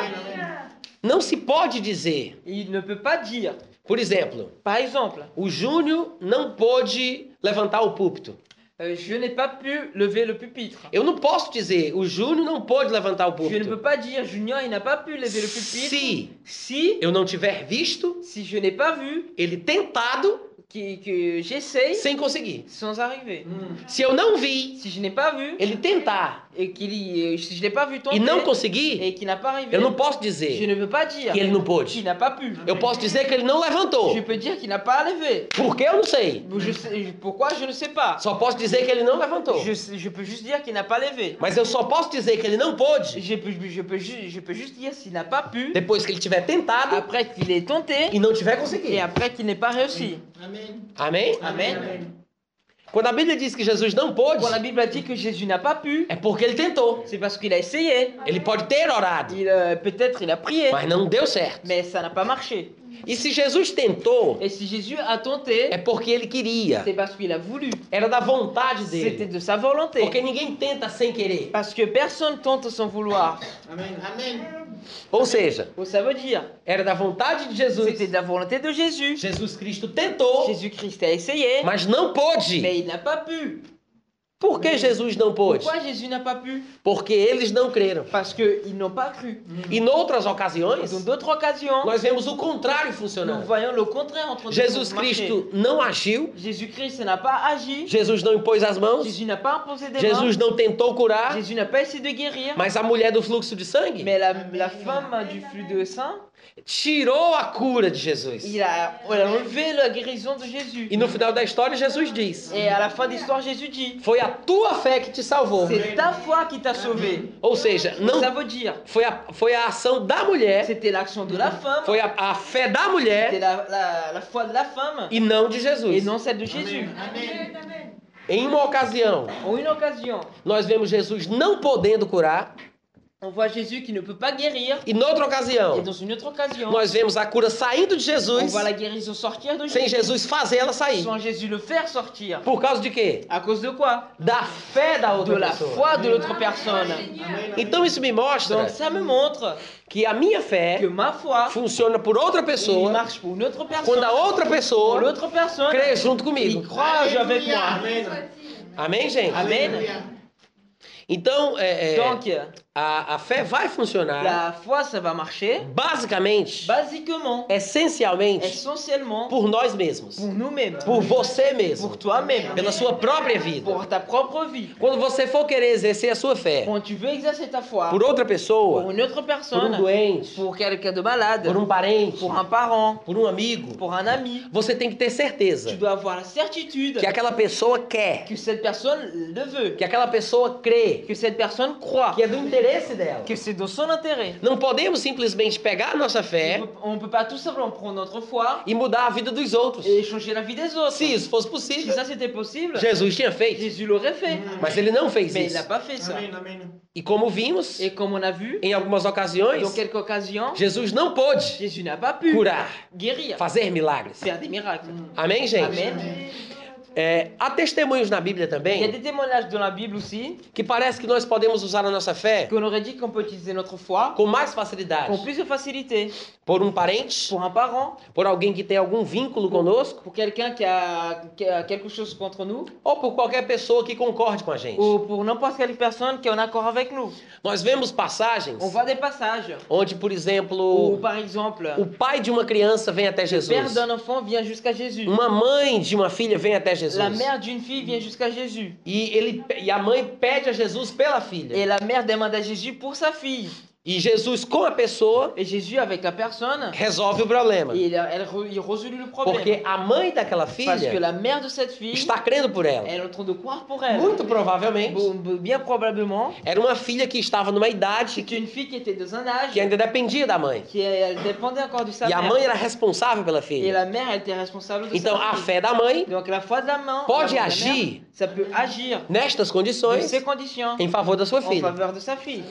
Não se pode dizer.
Il ne peut pas dire.
Por exemplo,
Par exemple,
o Júnior não pôde levantar o púlpito.
euh, je n'ai pas pu lever le pupitre.
Eu não posso dizer, o Júnior não pôde levantar o
Je ne
púlpito.
peux pas dire Junior, il n'a pas pu lever le pupitre.
Se
Si,
eu não tiver visto
si je n'ai pas vu,
ele tentado
que, que j'essaye
sem conseguir.
sans arriver.
Se eu não vi
Si je n'ai pas vu,
ele tentar
et qu'il y- euh, si je n'ai pas vu
e
tenter,
não conseguir,
et qu'il n'a pas arrivé,
eu não posso
je
dizer
ne peux pas dire
que ele não
qu'il
pôde.
n'a pas pu.
Eu posso dizer que ele não
Je
levantou.
peux dire qu'il n'a pas levé.
Porque eu não sei.
Je sais- pourquoi, je ne sais pas.
Só posso dizer que ele não levantou.
Je, sais- je peux juste dire qu'il n'a pas levé.
Mas eu só posso dizer que ele não pôde
Je peux, je peux, ju- je peux juste dire s'il n'a pas pu,
depois que ele tiver tentado
après qu'il ait tenté,
e não tiver
et
conseguido.
après qu'il n'ait pas réussi.
Amen.
Amém?
Amen.
Quando a Bíblia diz que Jesus não pôde,
Quand la Bible a dit que Jésus n'a pas pu,
é porque ele tentou.
c'est parce qu'il a essayé.
Ele pode ter orado,
Il, euh, Peut-être il a prié,
mas não deu certo.
mais ça n'a pas marché.
E se Jesus tentou,
Et si Jésus a tenté,
é porque ele queria.
c'est parce qu'il a voulu.
Era da vontade
C'était
dele.
de sa volonté.
Porque ninguém tenta sem querer.
Parce que personne tente sans vouloir.
Amen. Amen.
Ou seja,
Oh, Ça veut dire,
era da vontade de Jesus.
c'était de la volonté de Jésus.
Jesus Cristo tentou,
Jésus-Christ a essayé,
mas não pôde.
mais il n'a pas pu.
Por que Jesus não pôde?
Pourquoi Jésus n'a pas pu
Porque eles não creram.
Parce qu'ils n'ont pas cru.
E noutras
Et
ocasiões,
Dans d'autres occasions,
nós vemos o contrário
nous
funcionando.
voyons le contraire entre
Jesus
deux marchés.
Cristo não agiu,
Jésus-Christ n'a pas agi.
Jesus não impôs as mãos,
Jésus n'a pas imposé des
Jesus
mains.
não tentou curar,
Jésus n'a pas essayé de guérir.
mas a mulher do fluxo de sangue
Mais la, la femme hein, du flux de sang,
tirou a cura de Jesus.
il a, elle a enlevé la guérison de Jésus.
E no final da história, Jesus diz:
Et à la fin de l'histoire, Jésus dit
Foi a tua fé que te salvou.
C'est ta foi qui t'a sauvé.
Ou seja,
Ça
não
veut dire
foi a, foi a ação da mulher,
c'était l'action de la femme,
foi a, a fé da mulher
c'était la, la, la foi de la femme
e não de
et
Jesus.
non celle de Jésus.
Amen.
Em uma ocasião,
En une occasion,
nós vemos Jesus não podendo curar,
on voit Jésus qui ne peut pas guérir.
e noutra
Et
ocasião,
dans une autre occasion,
nós vemos a cura saindo de
on
Jesus,
voit la guérison sortir de
sem
Jésus.
Jesus fazer ela sair.
Sans Jésus le faire sortir.
Por causa de quê?
À cause de quoi
Da fé da
De
outra
la
pessoa.
foi de l'autre personne.
Então isso me mostra
Donc ça me montre
que a minha
que
fé
ma foi
funciona por outra
il
pessoa
marche pour une autre
quando
personne.
a outra
Pour
pessoa
l'autre personne,
crê junto
il
comigo.
croit avec moi.
Amen.
Amém, gente?
Amen.
Então, é, é,
Donc,
a, a fé vai funcionar
la foi, ça va marcher.
basicamente,
Basiquement,
essencialmente,
essentiellement,
por nós mesmos,
pour nous-mêmes.
É por é você mesmo,
Pour toi-même.
pela sua própria vida.
Pour ta propre vie.
Quando você for querer exercer a sua fé
Quand tu veux exercer ta foi
por outra
pour
pessoa,
une autre
por um
personne,
doente,
pour quelqu'un de malade,
por um parente,
pour un parent,
por um amigo,
pour un ami,
você tem que ter
tu
certeza
dois avoir la certitude
que aquela pessoa quer,
que cette personne le veut,
que aquela pessoa crê,
que cette personne croit,
que é do interesse dela.
que c'est dans son intérêt.
Não podemos simplesmente pegar a nossa fé
On peut- On peut pas tout simplement prendre notre foi
e mudar a vida dos outros.
et changer la vie des autres.
Se
Si
isso fosse possível,
ça c'était possible,
Jesus tinha feito,
Jésus l'aurait fait.
mas ele não fez
Mais il n'a
isso.
pas fait ça.
Amen, amen.
E como vimos,
Et comme on a vu,
em algumas ocasiões,
dans quelques occasions,
Jesus não pôde
Jésus n'a pas pu
curar,
guérir,
fazer milagres.
faire des miracles.
Amém, gente?
Amen.
É, há testemunhos na Bíblia
Il y a
também
des témoignages dans la Bible aussi
que parece que nós podemos usar a nossa fé
qu'on aurait dit qu'on peut utiliser notre foi
com mais facilidade
con plus de facilité
por um parente,
pour un parent,
por alguém que tem algum vínculo conosco
pour quelqu'un qui a- qui a quelque chose contre nous.
ou por qualquer pessoa que concorde com a gente.
ou pour n'importe quelle personne qui est en accord avec nous.
Nós vemos passagens
On voit des passages
onde, por
où,
exemplo,
par exemple,
o pai de uma criança vem até
le père
Jesus, Mm.
d'un enfant vient jusqu'à Jésus.
uma mãe de uma filha vem até Jesus.
la mère d'une fille vient jusqu'à Jésus.
E, ele, pe- e a mãe pede a Jesus pela filha.
Et la mère demande à Jésus pour sa fille.
E Jesus, com a pessoa,
Et Jésus, avec la personne,
resolve o problema.
il, elle re- il résolut le problème.
Porque a mãe daquela
Parce que é
filha
la mère de cette fille,
está crendo por ela.
elle est en train de croire pour elle.
Muito provavelmente,
Bon, b- Bien probablement,
era uma filha que estava numa idade
c'est une fille qui était dans un âge
que ainda dependia da mãe.
qui elle dépendait encore de sa
E a
mère.
mãe era responsável pela
Et
filha.
la mère, elle était responsable de
Então,
sa
a
fille.
fé da mãe
Donc la foi de la main,
Pode
la foi de la
agir.
mère, ça peut agir
nestas
dans
condições
ces conditions
em favor da sua
en
filha.
faveur de sa fille.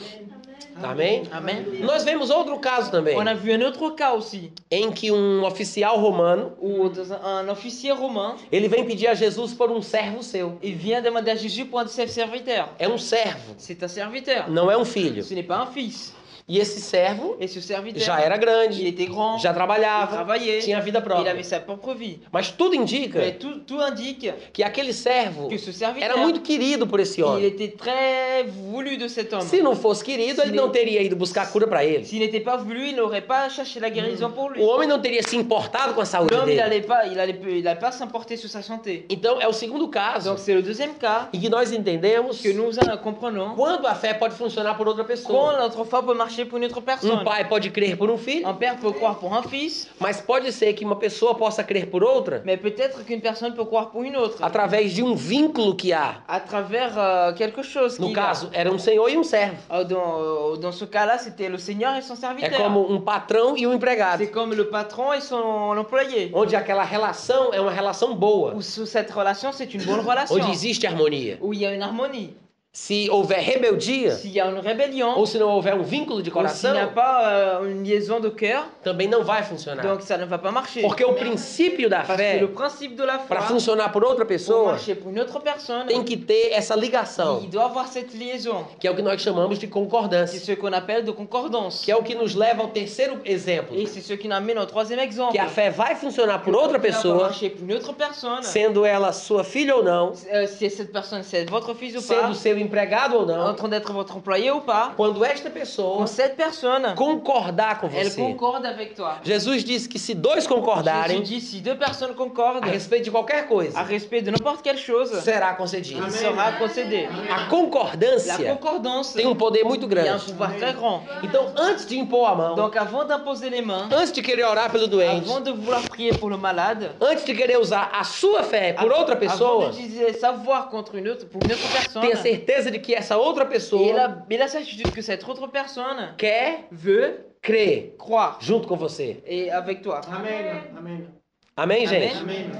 Amém?
Amen.
Nós vemos outro caso também,
On a vu un autre cas aussi
em que um oficial romano,
où dans un un officier romain,
ele vem pedir a Jesus por um servo seu.
il vient demander à Jésus pour un de ses serviteurs.
É um servo,
C'est un serviteur,
não é um filho.
ce n'est pas un fils.
E esse servo
Et ce
já
serviteur,
era
il
grande,
était grand,
já
il
trabalhava,
travaillait,
tinha vida
il
própria.
avait sa propre vie.
Mas tudo indica
Mais tout, tout indique
que aquele servo
que ce
era
serviteur,
muito querido por esse
il
homem.
était très voulu de cet homme.
um Se não fosse querido, ele não teria ido buscar cura para ele.
S'il n'était pas voulu, il n'aurait pas cherché la guérison pour lui.
O homem não teria se importado com a saúde
L'homme, il
dele.
n'allait pas, il allait, il allait pas s'importer sur sa santé.
Então, é o segundo caso
Donc c'est le deuxième cas
em que nós entendemos
que nous en comprenons.
quando a fé pode funcionar por outra
Quand
pessoa.
notre foi peut marcher pour une autre
Um
personne.
pai pode crer por um filho,
Un père peut croire pour un fils,
mas pode ser que uma pessoa possa crer por outra
mais peut-être qu'une personne peut croire pour une autre.
através de um vínculo que há.
À travers euh, quelque chose.
No
qu'il a.
caso, era um senhor e um servo.
Euh, Dans, euh, dans ce cas-là, c'était le Seigneur et son
É
serviteur.
como um patrão e um empregado,
C'est comme le patron et son employé.
onde aquela relação é uma relação boa,
Où sous cette relation, c'est une bonne relation.
onde existe harmonia.
Où il y a une harmonie.
Se houver rebeldia,
S'il y a une rébellion,
ou se não houver um vínculo de
ou s'il
coração,
n'y a pas euh, une liaison de cœur,
também não vai funcionar.
donc ça ne va pas marcher.
Porque o princípio da
Parce que
fé,
le principe de la foi,
para funcionar por outra
pour
pessoa,
marcher pour une autre personne,
tem que ter essa
il
ligação,
doit avoir cette liaison.
que é o que nós chamamos de
C'est
concordância,
ce qu'on appelle de concordance.
que é o que nos leva ao terceiro exemplo,
Et c'est ce qui nous amène au troisième exemple.
que a fé vai funcionar por outra
Qui va
pessoa,
marcher pour une autre personne,
sendo ela sua filha ou não,
euh, si cette personne c'est votre fils ou pas,
sendo seu empregado ou
en
não,
train d'être votre employé ou pas,
quando esta pessoa
quand cette personne,
concordar com
elle
você.
concorde avec toi.
Jesus disse que se dois
Jésus
concordarem
dit si deux personnes
a
concordent
respeito de qualquer
à
coisa,
respect de n'importe quelle chose,
será concedido.
il sera concédé.
A
La
concordância
concordance,
tem um poder muito
il y a un
grande.
pouvoir très grand.
Então, antes de impor a mão,
Donc avant d'imposer les mains,
antes de querer orar pelo doente,
avant de vouloir prier pour le malade,
antes de querer usar a sua fé por
av-
outra
avant
pessoa,
d'utiliser savoir contre une autre, pour une autre personne,
tenha certeza de que essa outra
et
pessoa
la, et la certitude que cette autre personne
quer
veut
crer
croire
junto com você.
et avec toi.
Amen. Amen.
Amém,
Amém.
gente?
Amen.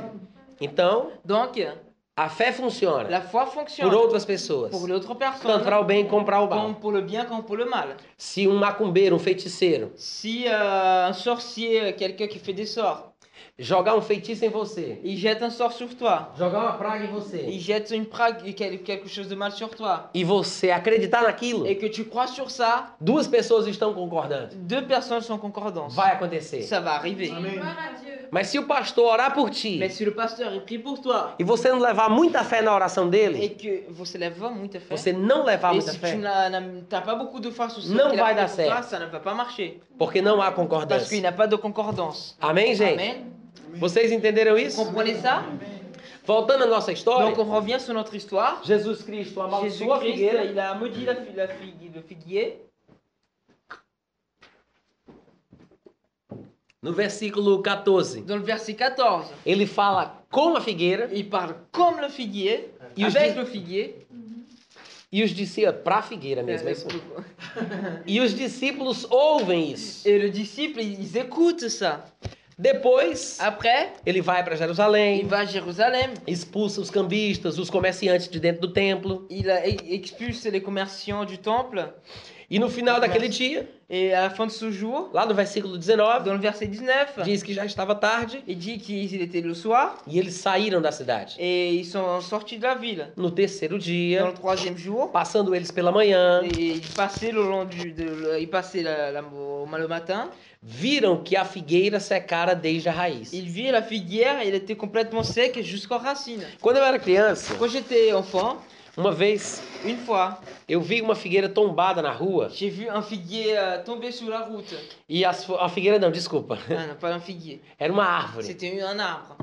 Então,
Donc
a fé funciona
la foi
por
fonctionne
outras pessoas,
pour l'autre
tanto para
personne,
o bem como para o mal.
comme pour le bien comme pour le mal.
Se um macumbeiro, um feiticeiro,
Si euh, un sorcier, quelqu'un qui fait des sorts,
jogar um feitiço em você,
il jette un sort sur toi,
jogar uma praga em
il
você,
jette une prague, quel- quelque chose de mal sur toi,
e você acreditar naquilo,
et que tu crois sur ça,
duas pessoas estão concordando.
deux personnes sont en concordance.
Vai acontecer.
Ça va arriver.
Amen.
Gloire à Dieu.
Mas se o pastor orar por ti
Mais si le pasteur il prie pour toi
e você não levar muita fé na oração dele,
et que vous se lèvez muito fé,
você não levar
et
muita
si tu
fé,
n'as n'as- t'as pas beaucoup de foi sur ce
Non
qu'il a
vai
pris
dar
pour toi,
certo.
ça ne va pas marcher
porque não há
parce qu'il
concordância.
n'a pas de concordance.
Amém, gente?
Amen.
Vocês entenderam isso?
Vous comprenez ça
Voltando à nossa história,
Donc on revient sur notre histoire.
Jesus Cristo amaldiçoou a
Jésus-Christ,
figueira
il a maudit la, fi- la figue- le figuier.
no versículo 14.
Dans le verset 14,
Ele fala com a figueira
il parle comme le figuier,
e os,
avec
di-
le figuier.
e os discípulos para a figueira mesmo. é isso mesmo.
Et
E os discípulos ouvem isso.
le disciple, ils écoutent ça.
Depois
Après,
ele vai para
il
Jerusalém,
va à Jérusalem,
expulsa os cambistas, os comerciantes de dentro do templo.
il a- il expulse les commerçants du temple.
E no final daquele dia,
Et à la fin de ce jour,
lá no versículo 19,
dans le verset 19,
diz que já estava tarde
il dit qu'il était le soir
e eles saíram da cidade.
et ils sont sortis de la ville.
No terceiro
Dans le
dia,
troisième jour,
passando eles pela manhã,
et ils passaient le long du, de- ils passaient la- la- au- le matin.
viram que a figueira secara desde a raiz.
Il vit la figuière, elle était complètement sec jusqu'aux racines.
Quando eu era criança,
Quand j'étais enfant,
uma vez
une fois,
eu vi uma figueira tombada na rua
j'ai vu un figuier euh, tomber sur la route.
e as fo- a figueira não, desculpa,
Ah non, pas un figuier,
era uma árvore.
c'était un arbre.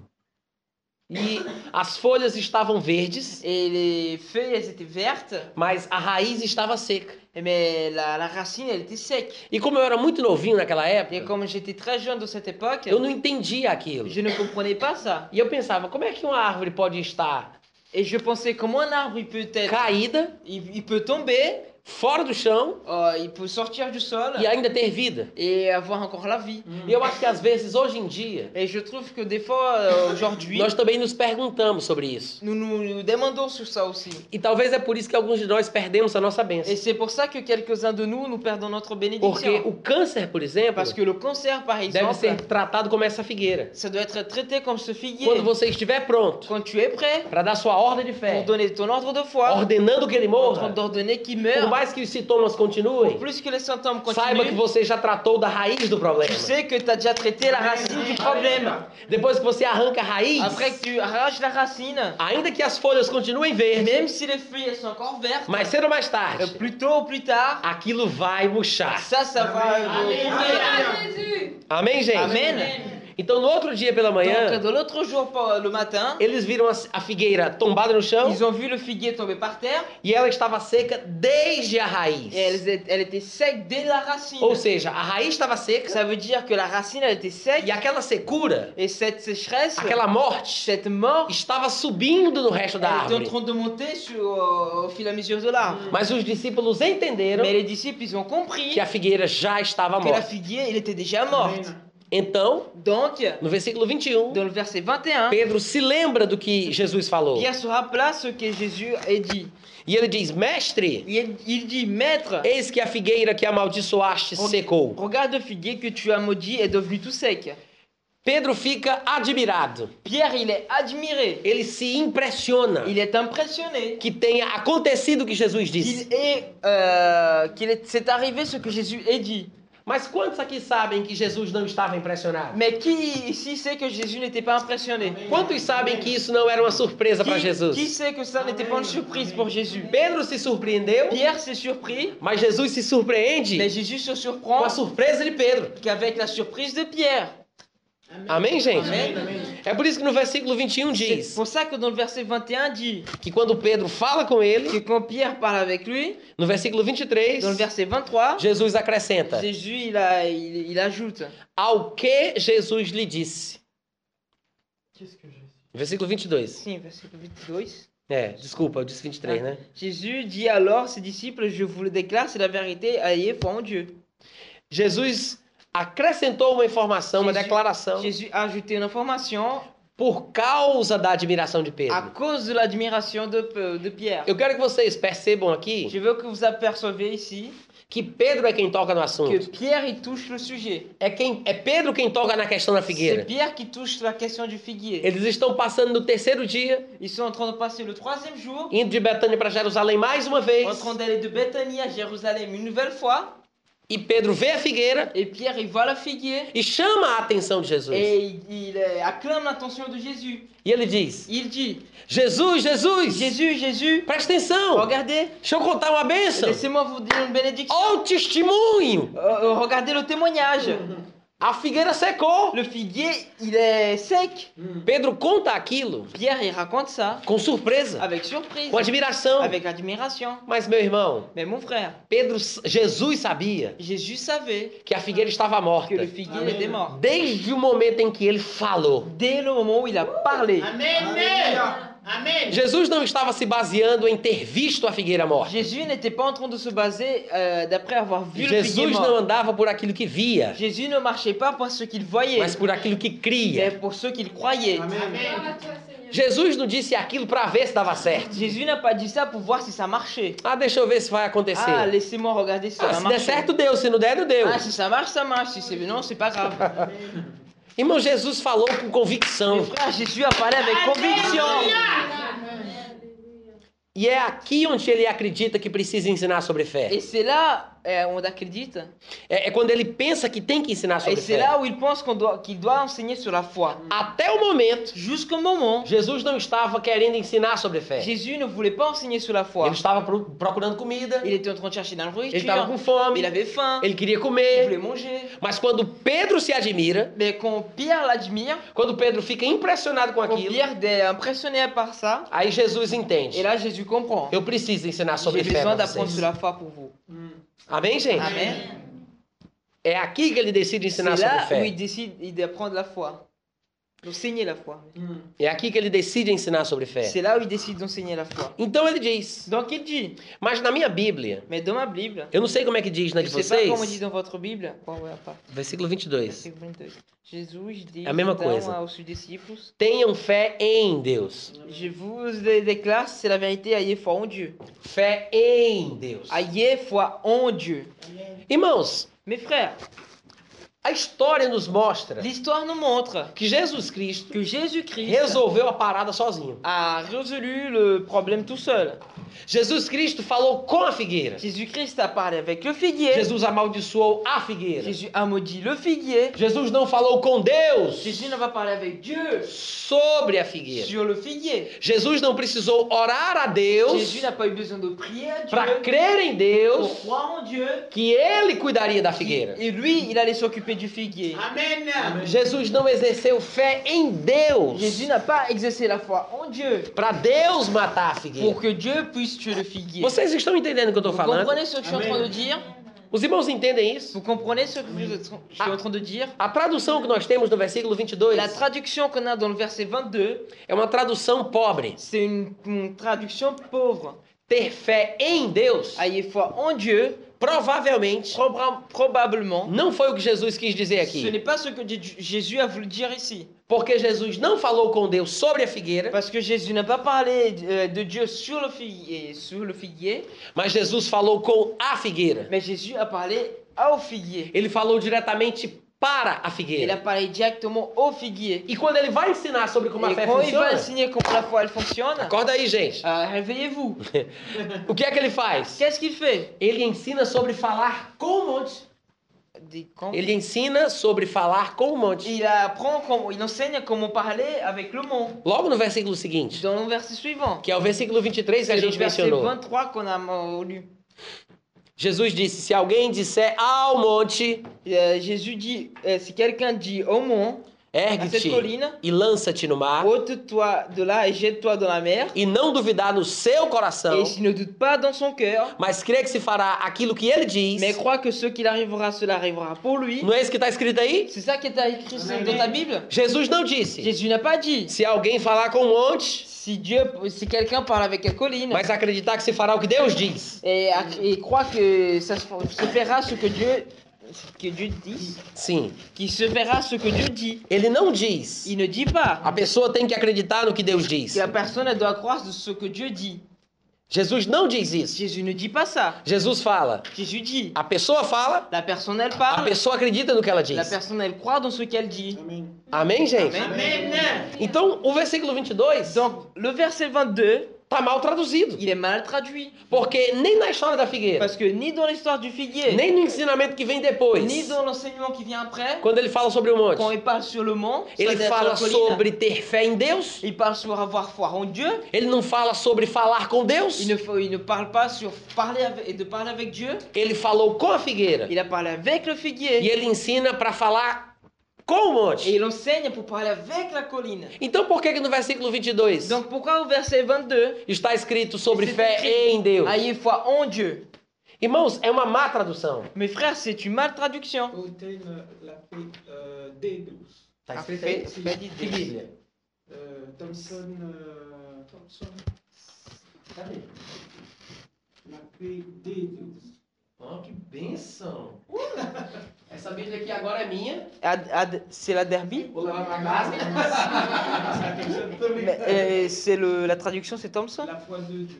E as folhas estavam verdes,
Et les feuilles, elles étaient vertes,
mas a raiz estava seca.
mais la, la racine, elle était sec.
E como eu era muito novinho naquela
Et
época,
comme j'étais très jeune de cette époque,
eu não entendia aquilo.
je ne comprenais pas ça.
E eu pensava, como é que uma árvore pode estar
Et je pensais, comment un arbre, il peut être...
caída,
Il, il peut tomber,
fora do chão
euh, il peut sortir du sol
e ainda ter vida?
et avoir encore la vie.
E eu acho que às vezes, hoje em dia,
Et je trouve que des fois, euh, aujourd'hui,
nós também nos perguntamos sobre isso.
nous, nous nous demandons sur ça aussi.
E talvez é por isso que alguns de nós perdemos a nossa
Et
bênção.
c'est pour ça que quelques-uns de nous, nous perdons notre
Porque
bénédiction.
é o câncer, por exemplo,
Parce que le cancer, par
deve
exemple,
ser tratado como essa figueira.
ça doit être traité comme ce figuier.
Quando você estiver pronto
Quand tu es prêt
para dar sua ordem de
pour
fé,
donner ton ordre de foi,
ordenando que ele
en train
morra,
d'ordonner qu'il
por
meurt,
mais que os sintomas
pour
continuem,
plus que les symptômes
saiba que
continuent,
você já tratou da raiz do problema.
tu sais que tu as déjà traité la racine du problème.
Depois que você arranca a raiz,
Après que tu arraches la racine,
ainda que as folhas continuem verdes,
même si les feuilles elles sont encore vertes,
mais cedo ou mais
euh,
tarde,
plus tôt ou plus tard,
aquilo vai murchar.
ça, ça va. euh,
Amen.
tomber.
Amém, gente?
Amen.
Então no outro dia pela manhã,
Donc, de l'autre jour, pas- le matin,
eles viram a a figueira tombada no chão
ils ont vu le figuier tomber par terre
e ela estava seca desde a raiz.
et elle, est- elle était sec dès la racine.
Ou seja, a raiz estava seca
Ça veut dire que la racine, elle était sec
e aquela secura,
et cette sécheresse,
aquela morte,
cette mort,
estava subindo no resto da
elle était en
árvore.
train de monter sur, euh, au fil à mesure de l'arbre.
Mas os discípulos entenderam
Mais les disciples, ils ont compris
que a figueira já estava
que la
morta.
figuier, elle était déjà morte.
Então,
Donc,
no versículo 21,
dans le verset 21,
Pedro se lembra do que Jesus falou.
Pierre se rappela ce que Jésus a dit.
E ele diz: Mestre,
Il, il dit, Maître,
eis que a figueira que amaldiçoaste secou.
regarde le figuier que tu as maudit est devenu tout sec.
Pedro fica admirado.
Pierre, il est admiré.
Ele se impressiona
Il est impressionné.
que tenha acontecido o que Jesus disse.
Qu'il est, euh, qu'il est, c'est arrivé ce que Jésus a dit.
Mas quantos aqui sabem que Jesus não estava impressionado?
Mais qui ici sait que Jésus n'était pas impressionné
Quantos sabem que isso não era uma surpresa para
qui, qui
Jesus?
sait que
Ah
ça n'était pas une surprise pour Jésus
Pedro se surpreendeu,
Pierre s'est surpris,
mas Jesus se
mais
surpreende
Jésus se
com
surprend
a surpresa de Pedro.
qu'avec la surprise de Pierre.
Amém, gente?
Amém.
É por isso que no versículo 21
C'est
diz
pour ça que dans le verset 21 dit
que quando Pedro fala com
que
ele,
quand Pierre parle avec lui,
no versículo 23,
dans le verset 23,
Jesus acrescenta:
Jésus il, a- il- il ajoute
Ao que Jesus lhe disse.
Qu'est-ce que je suis
Versículo 22.
Sim, verset 22.
É, desculpa, eu disse 23, né?
Jésus dit alors ses disciples Je vous le déclare, c'est la vérité, ayez foi en Dieu.
Jesus acrescentou uma informação, uma
Jesus-
declaração,
Jésus a ajouté une information
por causa da admiração de
à
Pedro.
cause de l'admiration de, Pe- de Pierre.
Eu quero que vocês percebam
Je
aqui
veux que vous aperceviez ici
que Pedro é quem toca no
que
assunto.
Pierre il touche le sujet.
É, quem, é Pedro quem toca na questão da
C'est
figueira.
Pierre qui touche la question du figuier.
Eles estão passando no terceiro dia,
Ils sont en train de passer le troisième jour,
indo de Betânia para Jerusalém mais uma vez.
en train d'aller de Bethanie à Jérusalem une nouvelle fois,
E Pedro vê a figueira
et Pierre il voit le figuier
e chama a atenção de Jesus.
et il, il, euh, acclame l'attention de Jésus.
E ele diz:
Il dit
Jesus, Jesus,
Jésus, Jésus,
presta atenção.
regardez,
Deixa eu contar uma bênção.
laissez-moi vous dire une bénédiction.
Olha o testemunho.
Euh, euh, regardez le témoignage.
A figueira secou.
Le figuier, il est sec.
Pedro conta aquilo
Pierre, il raconte ça
com surpresa,
avec surprise,
com admiração.
avec admiration.
Mas, meu irmão,
Mais mon frère,
Pedro, Jesus sabia
Jésus savait
que a figueira estava
que le
morta
figuier était mort.
desde o momento em que ele falou.
Dès le moment où il a parlé,
Ah,
Amen. Amen.
Jesus não estava se baseando em ter visto a figueira morta.
Jésus n'était pas en train de se baser euh, d'après avoir vu le figuier
Jesus não
mort.
andava por aquilo que via,
Jésus ne marchait pas pour ce qu'il voyait,
mas por aquilo que
mais
cria.
pour ceux qu'il croyait.
Amen.
Gloire à toi, Seigneur.
Jesus não disse aquilo para ver se dava certo.
Jésus n'a pas dit ça pour voir si ça marchait.
Ah, deixa eu ver se vai
Ah,
acontecer.
laissez-moi regarder si ça
Ah,
va
se der
marcher.
certo, deu. Se não der, não deu.
Ah, si ça marche, ça marche. Si c'est non, c'est pas grave.
Irmão, Jesus falou com
Mon
convicção.
frère, Jésus a parlé avec conviction.
E é aqui onde ele acredita que precisa ensinar sobre fé.
Et c'est là euh, é onde acredita.
É, é quando ele pensa que tem que ensinar
Et
sobre
c'est
fé.
là où il pense qu'on doit- qu'il doit enseigner sur la foi.
Até o momento,
Jusqu'au moment,
Jesus não estava querendo ensinar sobre fé.
Jésus ne voulait pas enseigner sur la foi.
Ele estava pro- procurando comida,
Il était en train de chercher dans la
ele estava
nourriture.
com fome,
Il avait faim.
ele queria
Il voulait
comer.
manger.
Mas quando Pedro se admira,
Mais quand Pierre l'admire,
quando Pedro fica impressionado com
quand
aquilo,
Pierre est impressionné par ça,
aí Jesus entende.
et là Jésus comprend.
Eu preciso ensinar sobre
J'ai
fé
besoin
pra
d'apprendre
vocês.
sur la foi pour vous.
Amém, gente?
Amen.
É aqui que ele decide
C'est
ensinar sobre
là où
fé.
il décide d'apprendre la foi. D'enseigner la foi.
É aqui que ele decide ensinar sobre fé.
C'est là où il décide d'enseigner la foi.
Então ele diz,
Donc il dit,
mas na minha Bíblia,
mais dans ma Bible,
eu não sei como é que diz na
je
de
sais pas comment on dit
vocês,
dans votre Bible, bon, voilà, pas.
versículo 22.
Versículo 22. Jesus disse
A mesma coisa.
então aos seus discípulos,
Tenham fé em Deus.
je vous le déclare, c'est la vérité, ayez foi en Dieu.
Fé em Deus.
Ayez foi en Dieu.
Irmãos,
Mes frères,
a história nos mostra
l'histoire nous montre
que Jesus Cristo
que Jésus-Christ
resolveu a parada sozinho.
a résolu le problème tout seul.
Jesus Cristo falou com a figueira.
Jésus-Christ a parlé avec le figuier.
Jesus amaldiçoou a figueira.
Jésus a maudit le figuier.
Jesus não falou com Deus
Jésus n'a pas parlé avec Dieu
sobre a figueira.
sur le figuier.
Jesus não precisou orar a Deus
Jésus n'a pas eu besoin de prier à
para
Dieu
crer em
pour
Deus
croire en Dieu.
que ele cuidaria da figueira.
Et lui, il allait s'occuper du figuier.
Amen.
Jesus não exerceu fé em
Jésus
Deus
n'a pas exercé la foi en Dieu
para Deus matar a
pour
figueira.
que Dieu puisse tuer le figuier.
Vocês estão entendendo o que eu estou
Vous
falando?
comprenez ce que je suis en train de dire
Os irmãos entendem isso?
Vous comprenez ce que vous êtes- je suis en train de dire
A tradução que nós temos no versículo
La
22
traduction qu'on a dans le verset 22,
é uma tradução pobre.
c'est une, une traduction pauvre.
Ter fé em Deus
Ayez foi en Dieu,
provavelmente
proba- probablement.
não foi o que Jesus quis dizer
Ce n'est
aqui.
pas ce que Jésus- Jésus a voulu dire ici.
Porque Jesus não falou com Deus sobre a figueira,
Parce que Jésus n'a pas parlé euh, de Dieu sur le figuier, sur le figuier,
mas Jesus falou com a figueira.
mais Jésus a parlé au figuier.
Ele falou diretamente para a
Il a
figueira.
parlé directement au figuier.
E quando ele vai ensinar sobre como a
Et
fé
quand il va
funciona,
enseigner comment la foi elle fonctionne,
acorda aí, gente.
euh, réveillez-vous.
O que é que ele faz?
Qu'est-ce qu'il fait
Ele ensina sobre falar com o monte.
Des camps.
Ele ensina sobre falar com o monte.
Il apprend, comment- il enseigne comment parler avec le mont.
Logo no versículo seguinte,
Dans le verset suivant,
que é o versículo 23 que a
c'est le
gente
verset
mencionou.
23 qu'on a euh, lu.
Jesus disse: Se alguém disser ao monte,
Euh, Jésus dit, euh, si quelqu'un dit au mont, à cette
ergue-te
colline,
e lança-te no mar,
ôte-toi de là et jette-toi dans la mer,
e não duvidar no seu coração,
Et s'il ne doute pas dans son cœur,
mas crê que se fará aquilo que ele diz.
mais croit que ce qu'il arrivera, cela arrivera pour lui.
Não é isso que está escrito aí?
C'est ça qui est écrit sur- dans ta Bible
Jesus não disse:
Jésus n'a pas dit.
Se alguém falar com o monte,
Si Dieu, si quelqu'un parle avec la colline
mas acreditar que se fará o que Deus diz.
et, a- et croit que ça se, se fera ce que Dieu, ce que Dieu dit,
Sim.
qu'il se verra ce que Dieu dit.
Ele não diz.
Il ne dit pas.
A pessoa tem que acreditar no que Deus diz.
que La personne elle doit croire de ce que Dieu dit.
Jesus não diz isso.
Jésus ne dit pas ça.
Jesus fala.
Jésus dit.
A pessoa fala,
La personne elle
a
parle.
pessoa acredita no que ela diz.
La personne elle croit dans ce qu'elle dit.
Amém, gente?
Amém.
Amen.
Então, o versículo 22
Donc le verset 22,
tá mal traduzido.
il est mal traduit.
Porque nem na história da figueira,
Parce que ni dans l'histoire du figuier,
nem no ensinamento que vem depois,
ni dans l'enseignement qui vient après,
quando ele fala sobre o
quand
monte,
il parle sur le mont,
ele
c'est-à-dire
fala
sur la colline,
sobre ter fé em Deus,
il parle sur avoir foi en Dieu,
ele não fala sobre falar com Deus,
il ne, faut- il ne parle pas sur parler avec, et de parler avec Dieu,
ele falou com a figueira.
il a parlé avec le figuier,
E ele ensina para falar com o
et
monte.
il enseigne pour parler avec la colline.
Então por que que no versículo 22
Donc pourquoi au verset 22,
está escrito sobre
Esse
fé
versículo-
em Deus?
ayez foi en Dieu
Irmãos, é uma má tradução.
Mes frères, c'est une mal traduction.
Obtain la paix euh, des douze.
Tá
Ah,
escrito
fé-
aí?
fé de
Que
Deus.
Bíblia?
Euh, Thompson. euh, Thompson.
Cadê?
La paix des douze.
Oh, que benção! Essa Bíblia aqui agora é minha.
Ad- ad- C'est la derby
Vou levar pra casa.
Ah,
Mais, euh, c'est le- la traduction, c'est Thompson.
La foi de Dieu.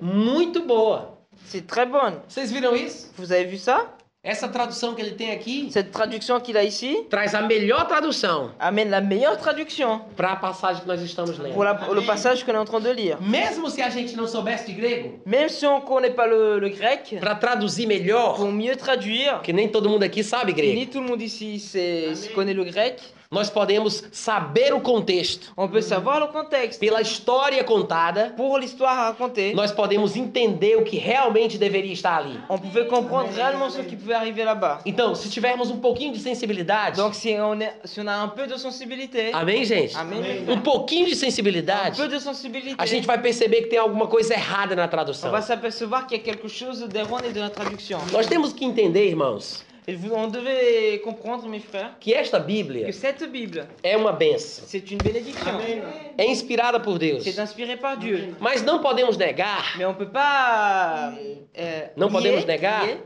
Muito boa.
C'est très bonne.
Vocês viram isso?
Vous avez vu ça
Essa tradução que ele tem aqui
Cette traduction qu'il a ici
traz a melhor tradução
amène la meilleure traduction
para a passagem que nós estamos
pour
lendo.
la- le passage qu'on est en train de lire.
Mesmo se a gente não soubesse de grego,
Même si on ne connaît pas le, le grec,
para traduzir melhor,
pour mieux traduire,
que nem todo mundo aqui sabe grego,
ni tout le monde ici sait- connaît le grec,
nós podemos saber o contexto.
on peut savoir le contexte.
Pela história contada,
Pour l'histoire racontée,
nós podemos entender o que realmente deveria estar ali.
on pouvait comprendre réellement ce qui pouvait arriver là-bas.
Então, se tivermos um pouquinho de sensibilidade,
Donc si on, est- si on a un peu de sensibilité,
amém, gente?
Amém.
Um pouquinho de
un
sensibilidade,
peu de
a gente
sensibilité,
vai perceber que tem alguma coisa errada na
on
tradução.
va s'apercevoir qu'il y a quelque chose d'erroné de la traduction.
Nós temos que entender, irmãos,
Et vous, on devait comprendre, mes frères,
que esta
que
Bíblia
cette Bible,
é uma benção,
c'est une bénédiction.
é inspirada por Deus.
C'est inspiré par Dieu.
Mas não podemos negar
Mais on peut pas euh,
Não
nier-
podemos negar.
nier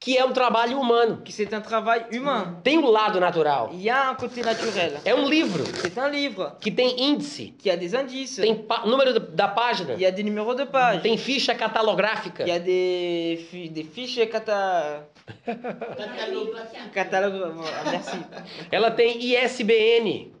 que é um trabalho humano,
que c'est un travail humain.
tem um lado natural.
Il y a un côté naturel.
É um livro
C'est un livre
que tem índice,
qui a des indices.
tem pa- número da da página,
Il y a des numéros de pages.
tem ficha catalográfica.
Il y a des, fi- des fiches cata... catalogue. ah, Merci.
Ela tem ISBN.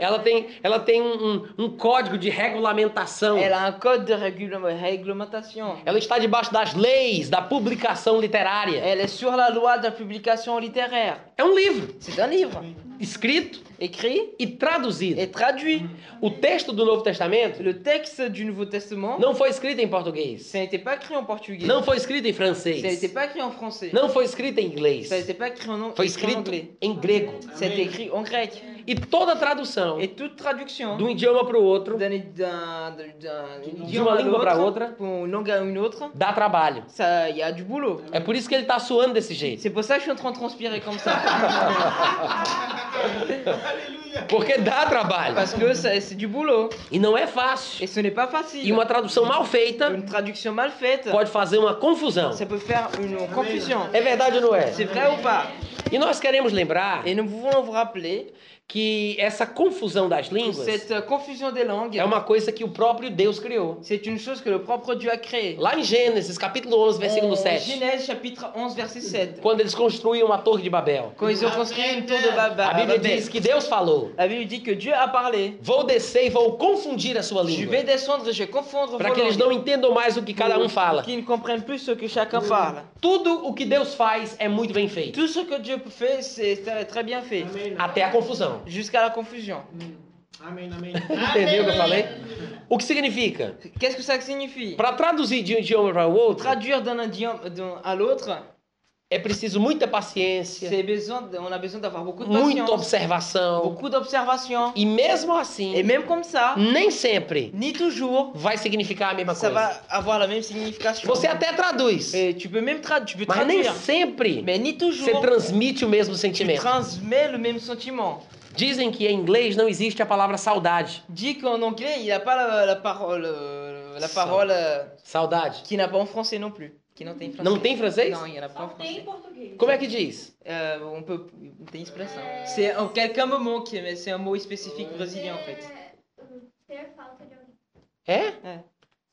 Ela tem, ela tem um, um- um código de regulamentação.
Elle a un code de régul- réglementation.
Ela está debaixo das leis da publicação literária.
Elle est sur la loi de la publication littéraire.
É um livro
C'est un livre
escrito
écrit
e traduzido.
et traduit.
O texto do Novo Testamento
Le texte du Nouveau Testament,
não foi escrito em português.
ça n'était pas écrit en portugais.
Não foi escrito em
Ça n'était
francês.
pas écrit en français.
Não foi escrito em inglês.
Ça n'était pas écrit en, an-
Foi
écrit en
escrito
anglais.
em grego.
C'est écrit en grec.
E toda tradução
Et toute traduction
de um idioma para o outro,
d'un d'un- d'un-
D'une
idiome
língua
à l'autre,
pra outra.
pour une langue à une autre,
dá trabalho.
ça, il y a du boulot.
É por isso que ele está suando desse jeito.
C'est pour ça que je suis en train de transpirer comme ça,
Porque dá trabalho.
parce que ça- c'est du boulot
E não é fácil.
et ce n'est pas
E
facile.
uma tradução mal feita
Une traduction mal faite,
pode fazer uma confusão.
ça peut faire une confusion.
É verdade ou não é?
C'est vrai ou pas
E nós queremos lembrar
Et nous voulons vous rappeler
que essa confusão das
que
línguas
cette euh, confusion des langues,
é uma coisa que o próprio Deus criou.
c'est une chose que le propre Dieu a créée.
Lá em Gênesis, capítulo 11, versículo
En
7,
Genèse chapitre 11 verset 7,
quando eles construíam a Torre de Babel,
quand ils ont construit une tour de Bab-
a Bíblia
Babel,
diz que Deus falou:
la Bible dit que Dieu a parlé.
Vou descer e vou confundir a sua
Je
língua,
vais descendre et je vais confondre
para
vos
que eles
langues,
não entendam mais o que cada um fala.
qui ne comprennent plus ce que chacun parle.
Tudo o que Deus faz é muito bem feito,
Tout ce que Dieu fait, c'est très- très bien fait,
até a confusão.
jusqu'à la confusion.
Amen, amen.
Entendeu o que eu falei? O que significa?
Qu'est-ce que ça signifie
Para traduzir de um idioma para o outro,
Traduire d'un idiome d'un- à l'autre,
é preciso muita paciência,
c'est besoin, de- on a besoin d'avoir beaucoup de
muita
patience,
observação.
beaucoup d'observation.
E mesmo
Et
assim,
même comme ça,
nem sempre
ni toujours,
vai significar a mesma
ça va
coisa.
avoir la même signification.
Você até traduz,
Et tu peux même trad- tu peux
mas nem
traduire,
sempre
mais ni
você
toujours.
transmite o mesmo
Tu
sentimento.
transmets le même sentiment.
Dizem que em inglês não existe a palavra saudade.
Dis qu'en anglais, il n'a pas la, la parole, euh, la
Ça.
parole euh,
Saudade.
qui n'a pas en français non plus. Qui n'en tem français.
Não tem em francês?
Non, il n'y en a pas en
Só tem em
français.
português.
Como é que diz?
Euh, on peut. Tem express, hein. C'est en quelqu'un moment, qui, mais c'est un mot spécifique brésilien en fait.
Ter falta de alguém.
É?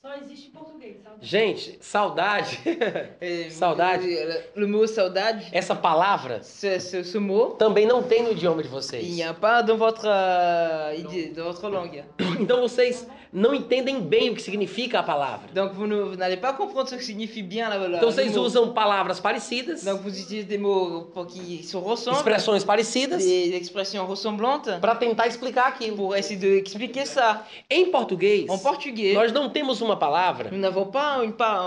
Só existe em português. sabe?
Gente, saudade,
Et-
Saudade.
euh, Le mot saudade,
essa palavra
ce, ce- ce mot,
também não tem no idioma de
il
vocês.
n'y a pas dans votre, euh, idée- dans votre langue.
Então vocês não entendem bem o que significa a palavra.
Donc vous ne- vous n'allez pas comprendre ce que signifie bien la, la-
Então
le
vocês
mot.
usam palavras parecidas,
Donc vous utilisez des mots pour- qui se ressemblent,
expressões parecidas,
des expressions ressemblantes
para tentar explicar aquilo.
pour essayer d'expliquer ça.
Em português,
En portugais,
nós não temos uma palavra.
nous n'avons pas une par-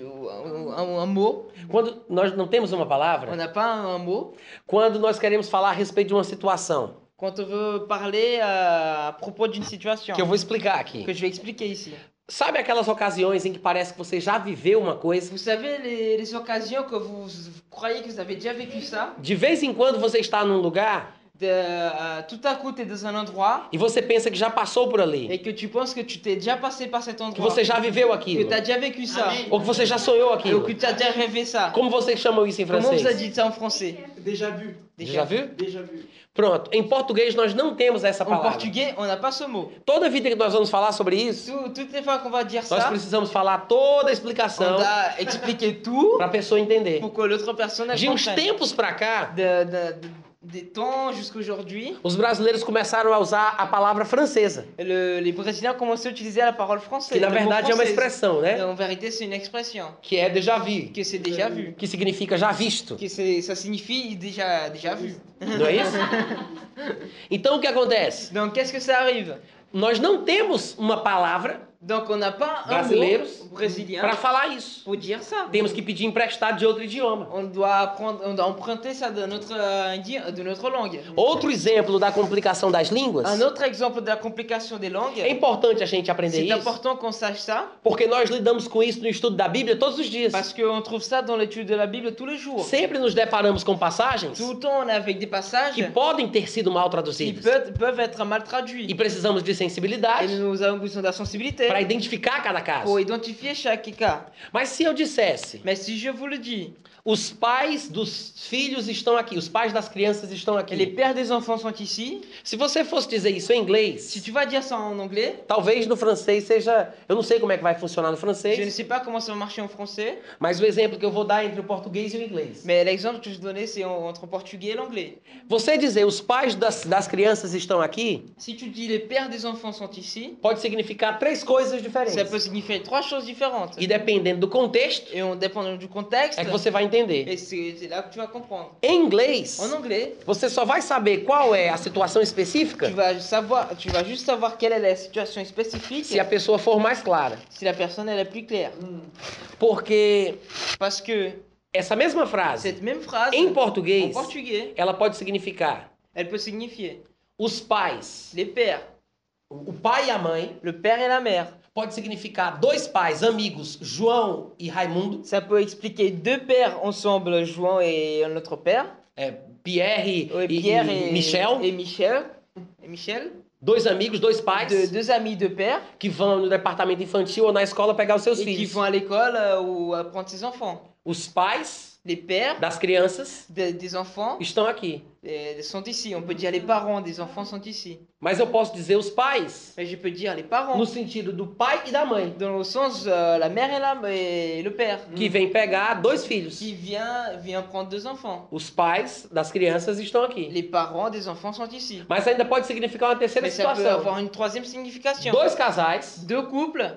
un, un- un mot,
Quando nós não temos uma
on
palavra,
n'a pas un, un mot
quando nós queremos falar a respeito de uma situação,
quand on veut parler euh, à propos d'une situation
que eu vou explicar aqui.
que je vais expliquer ici.
Sabe aquelas ocasiões em que parece que você já viveu uma coisa?
Vous savez les, les occasions que vous, vous croyez que vous avez déjà vécu ça
De vez em quando você está num lugar
de, euh, tout à coup, tu es dans un endroit
e você pensa que já passou por ali,
et que tu penses que tu t'es déjà passé par cet
que
endroit,
você já viveu
que
aquilo,
tu as déjà vécu ça,
Amen.
ou que você já sonhou
ou
aquilo.
que tu as déjà rêvé ça.
Como vocês chamam isso em
Comment vous a
francês?
dit ça en français
Déjà vu.
Já viu?
Déjà vu.
Pronto. Em português nós não temos essa
En
palavra.
portugais, on n'a pas ce mot.
Toda vida que nós vamos falar sobre isso,
Tout- toutes les fois qu'on va dire
nós
ça,
precisamos falar toda a
on
explicação
doit expliquer tout
para a pessoa entender.
pour que l'autre personne elle
De uns
comprenne.
tempos pra cá,
De- de- de- des temps jusqu'aujourd'hui,
os brasileiros começaram a usar a palavra francesa,
le- les Brésiliens commençaient à utiliser la parole française.
que na
le mot
verdade é uma
française.
expressão, né?
En vérité, c'est une expression
Que é déjà vu,
que c'est déjà vu.
que significa já visto,
Que c'est- ça signifie déjà, déjà vu.
não é isso? Então o que acontece?
Donc, qu'est-ce que ça arrive
Nós não temos uma palavra
Donc, on n'a pas un
Brasileiros.
mot brésilien
para falar isso.
pour dire ça.
Temos que pedir emprestado de outro idioma.
On doit, apprendre, on doit emprunter ça de notre, euh, indi- de notre langue.
Outro exemplo da complicação das línguas.
Un autre exemple de la complication des
É
langues,
importante a gente aprender
c'est
isso,
important qu'on sache ça,
porque nós lidamos com isso no estudo da Bíblia todos os dias.
parce qu'on trouve ça dans l'étude de la Bible tous les jours.
Sempre nos deparamos com passagens
Tout le temps, on est avec des passages
que podem ter sido mal
qui
traduzidas.
peut- peuvent être mal
E
traduits.
precisamos de
Et
sensibilidade
nous avons besoin de la sensibilité
para identificar cada caso.
pour identifier chaque cas.
Mas se eu dissesse,
Mais si je vous le dis,
os pais dos filhos estão aqui, os pais das crianças estão
les
aqui.
pères des enfants sont ici,
Se você fosse dizer isso em
si
inglês,
tu vas dire ça en anglais,
talvez no francês seja. Eu não sei como é que vai funcionar no
je ne
francês,
sais pas comment ça va marcher en français,
mas o exemplo que eu vou dar é entre o português e o inglês.
mais l'exemple que je donnais, c'est en- entre portugais et l'anglais.
Você dizer os pais das, das crianças estão aqui
Si tu dis les pères des enfants sont ici,
pode significar três coisas diferentes.
ça peut signifier trois choses différentes.
E dependendo do contexto,
Et on dépend du contexte,
é que você vai entender.
et c'est c'est là que tu vas comprendre.
Em inglês,
En anglais,
você só vai saber qual é a situação
tu
específica
vas, savoir, tu vas juste savoir quelle est la situation spécifique
se a pessoa for mais clara.
si la personne elle est plus claire.
Hmm.
Porque
Parce que
essa mesma frase,
cette même phrase,
em
en
português,
portugais,
ela pode significar
elle peut signifier
os pais,
les pères,
o pai e a mãe,
le père et la mère.
pode significar dois pais amigos, João e Raimundo,
Ça peut expliquer deux pères ensemble, João et un autre père,
é, Pierre,
euh,
e,
Pierre
e
et
Michel,
et Michel, et Michel,
dois amigos, dois pais.
de- deux amis de père,
que vão no departamento infantil ou na escola pegar os seus
et qui
filhos.
vont à l'école euh, ou euh, prendre ses enfants.
Os pais
Les pères
das crianças
de- des enfants
estão aqui.
euh, sont ici. On peut dire les parents des enfants sont ici.
Mas eu posso dizer os pais
Mais je peux dire les parents
no sentido do pai e da mãe,
dans le sens euh, la mère et, la, et le père Mm.
que vem pegar dois filhos.
qui vient, vient prendre deux enfants.
Os pais das crianças estão aqui.
Les parents des enfants sont ici.
Mas ainda pode significar uma terceira
Mais ça peut
situação.
avoir une troisième signification.
Dois casais,
Deux couples,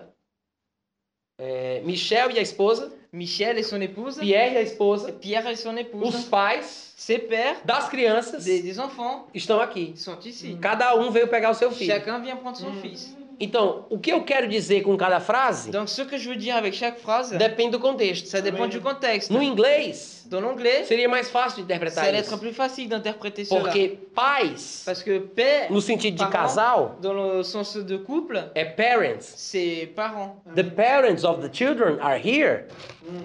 é, Michel e a esposa,
Michel et son épouse,
Pierre e a esposa,
Pierre et son épouse,
os pais
ses pères
das crianças
des, des enfants
estão aqui.
sont ici.
Cada um veio pegar o seu filho.
Chacun vient prendre son
Mm.
fils.
Então, o que eu quero dizer com cada frase
Donc ce que je veux dire avec chaque phrase,
depende do contexto.
ça dépend du contexte.
No inglês,
Dans l'anglais,
seria mais fácil de
ça
interpretar
allait être
isso.
plus facile d'interpréter cela.
Porque pais,
Parce que père,
no sentido de
Parents.
casal,
dans le sens de couple,
é parents.
c'est parents.
The parents of the children are here.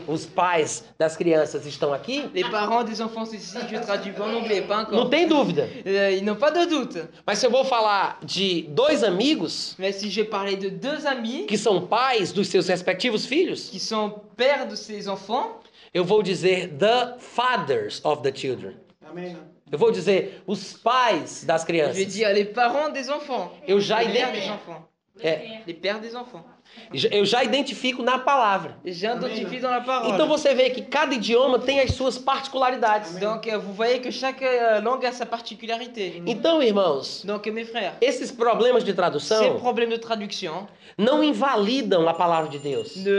Os pais das crianças estão aqui.
Les parents des enfants, c'est ici que je traduis pas en anglais, pas
Não
encore.
tem dúvida.
Euh, ils n'ont pas de doute.
Mas se eu vou falar de dois amigos
Mais si je parlais de deux amis
que são pais dos seus respectivos filhos,
qui sont pères de ces enfants,
eu vou dizer the fathers of the children.
Amen.
Eu vou dizer os pais das
je vais
crianças.
dire les parents des enfants.
Eu já,
les pères
ident-
des enfants.
É.
Les pères des enfants.
eu já identifico na palavra.
J'identifie dans la parole.
Então você vê que cada idioma tem as suas particularidades.
Donc euh, vous voyez que chaque euh, langue a sa particularité.
Então, irmãos,
Donc mes frères,
esses problemas de
ces
tradução
problèmes de traduction
não invalidam a palavra de Deus.
ne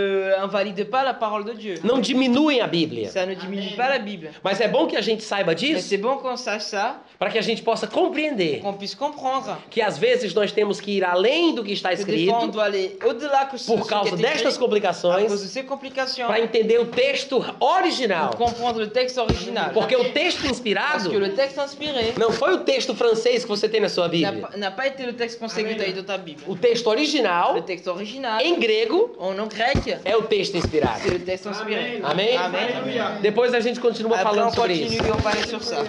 invalident pas la parole de Dieu.
Não diminuem a Bíblia.
Ça ne diminue pas la Bible.
Mas é bom que a gente saiba
Mais
disso
c'est bon qu'on sache ça,
para que a gente possa compreender
qu'on puisse comprendre.
que às vezes nós temos que ir além do que está
Que des fois, on
escrito
doit aller au-delà assim, que ce
por
ce
causa
qui est écrit,
destas
à cause de
complicações
ces complications,
para entender o texto original.
pour comprendre le texte original.
Porque o texto
Parce
inspirado
que le texte inspiré
não foi o texto francês que você tem na sua
n'a
Bíblia.
pas- n'a pas été le texte français que tu as eu dans ta Bible.
O texto
Le
original,
texte original,
em grego,
en nom grec,
é o texto inspirado.
c'est le texte inspiré.
Amen.
Amém?
Amém.
Alléluia.
Depois a gente continua
Après, on
falando sobre isso.
continue, on parle sur ça.
Amen.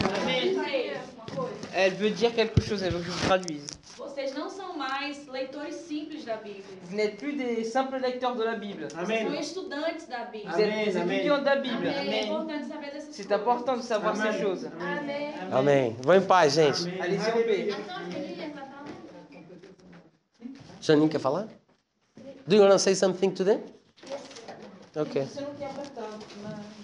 Só existe uma coisa.
elle veut dire quelque chose, elle veut que je traduise.
Vocês não são mais leitores simples da Bíblia.
Vous n'êtes plus des simples lecteurs de la Bible.
Vocês são
Amen.
estudantes da Bíblia.
Vous êtes des
Amen, amen.
étudiants de la Bible.
É importante saber dessas
C'est
coisas.
important de savoir ces choses.
Amém.
Amém. Vão em paz, gente.
Amém.
Allez-y en paix.
Attends, je te dis, elle va parler.
Janine quer falar? Do you want to say something to them?
Yes.
Okay.
né?
Você não quer apertar, mas-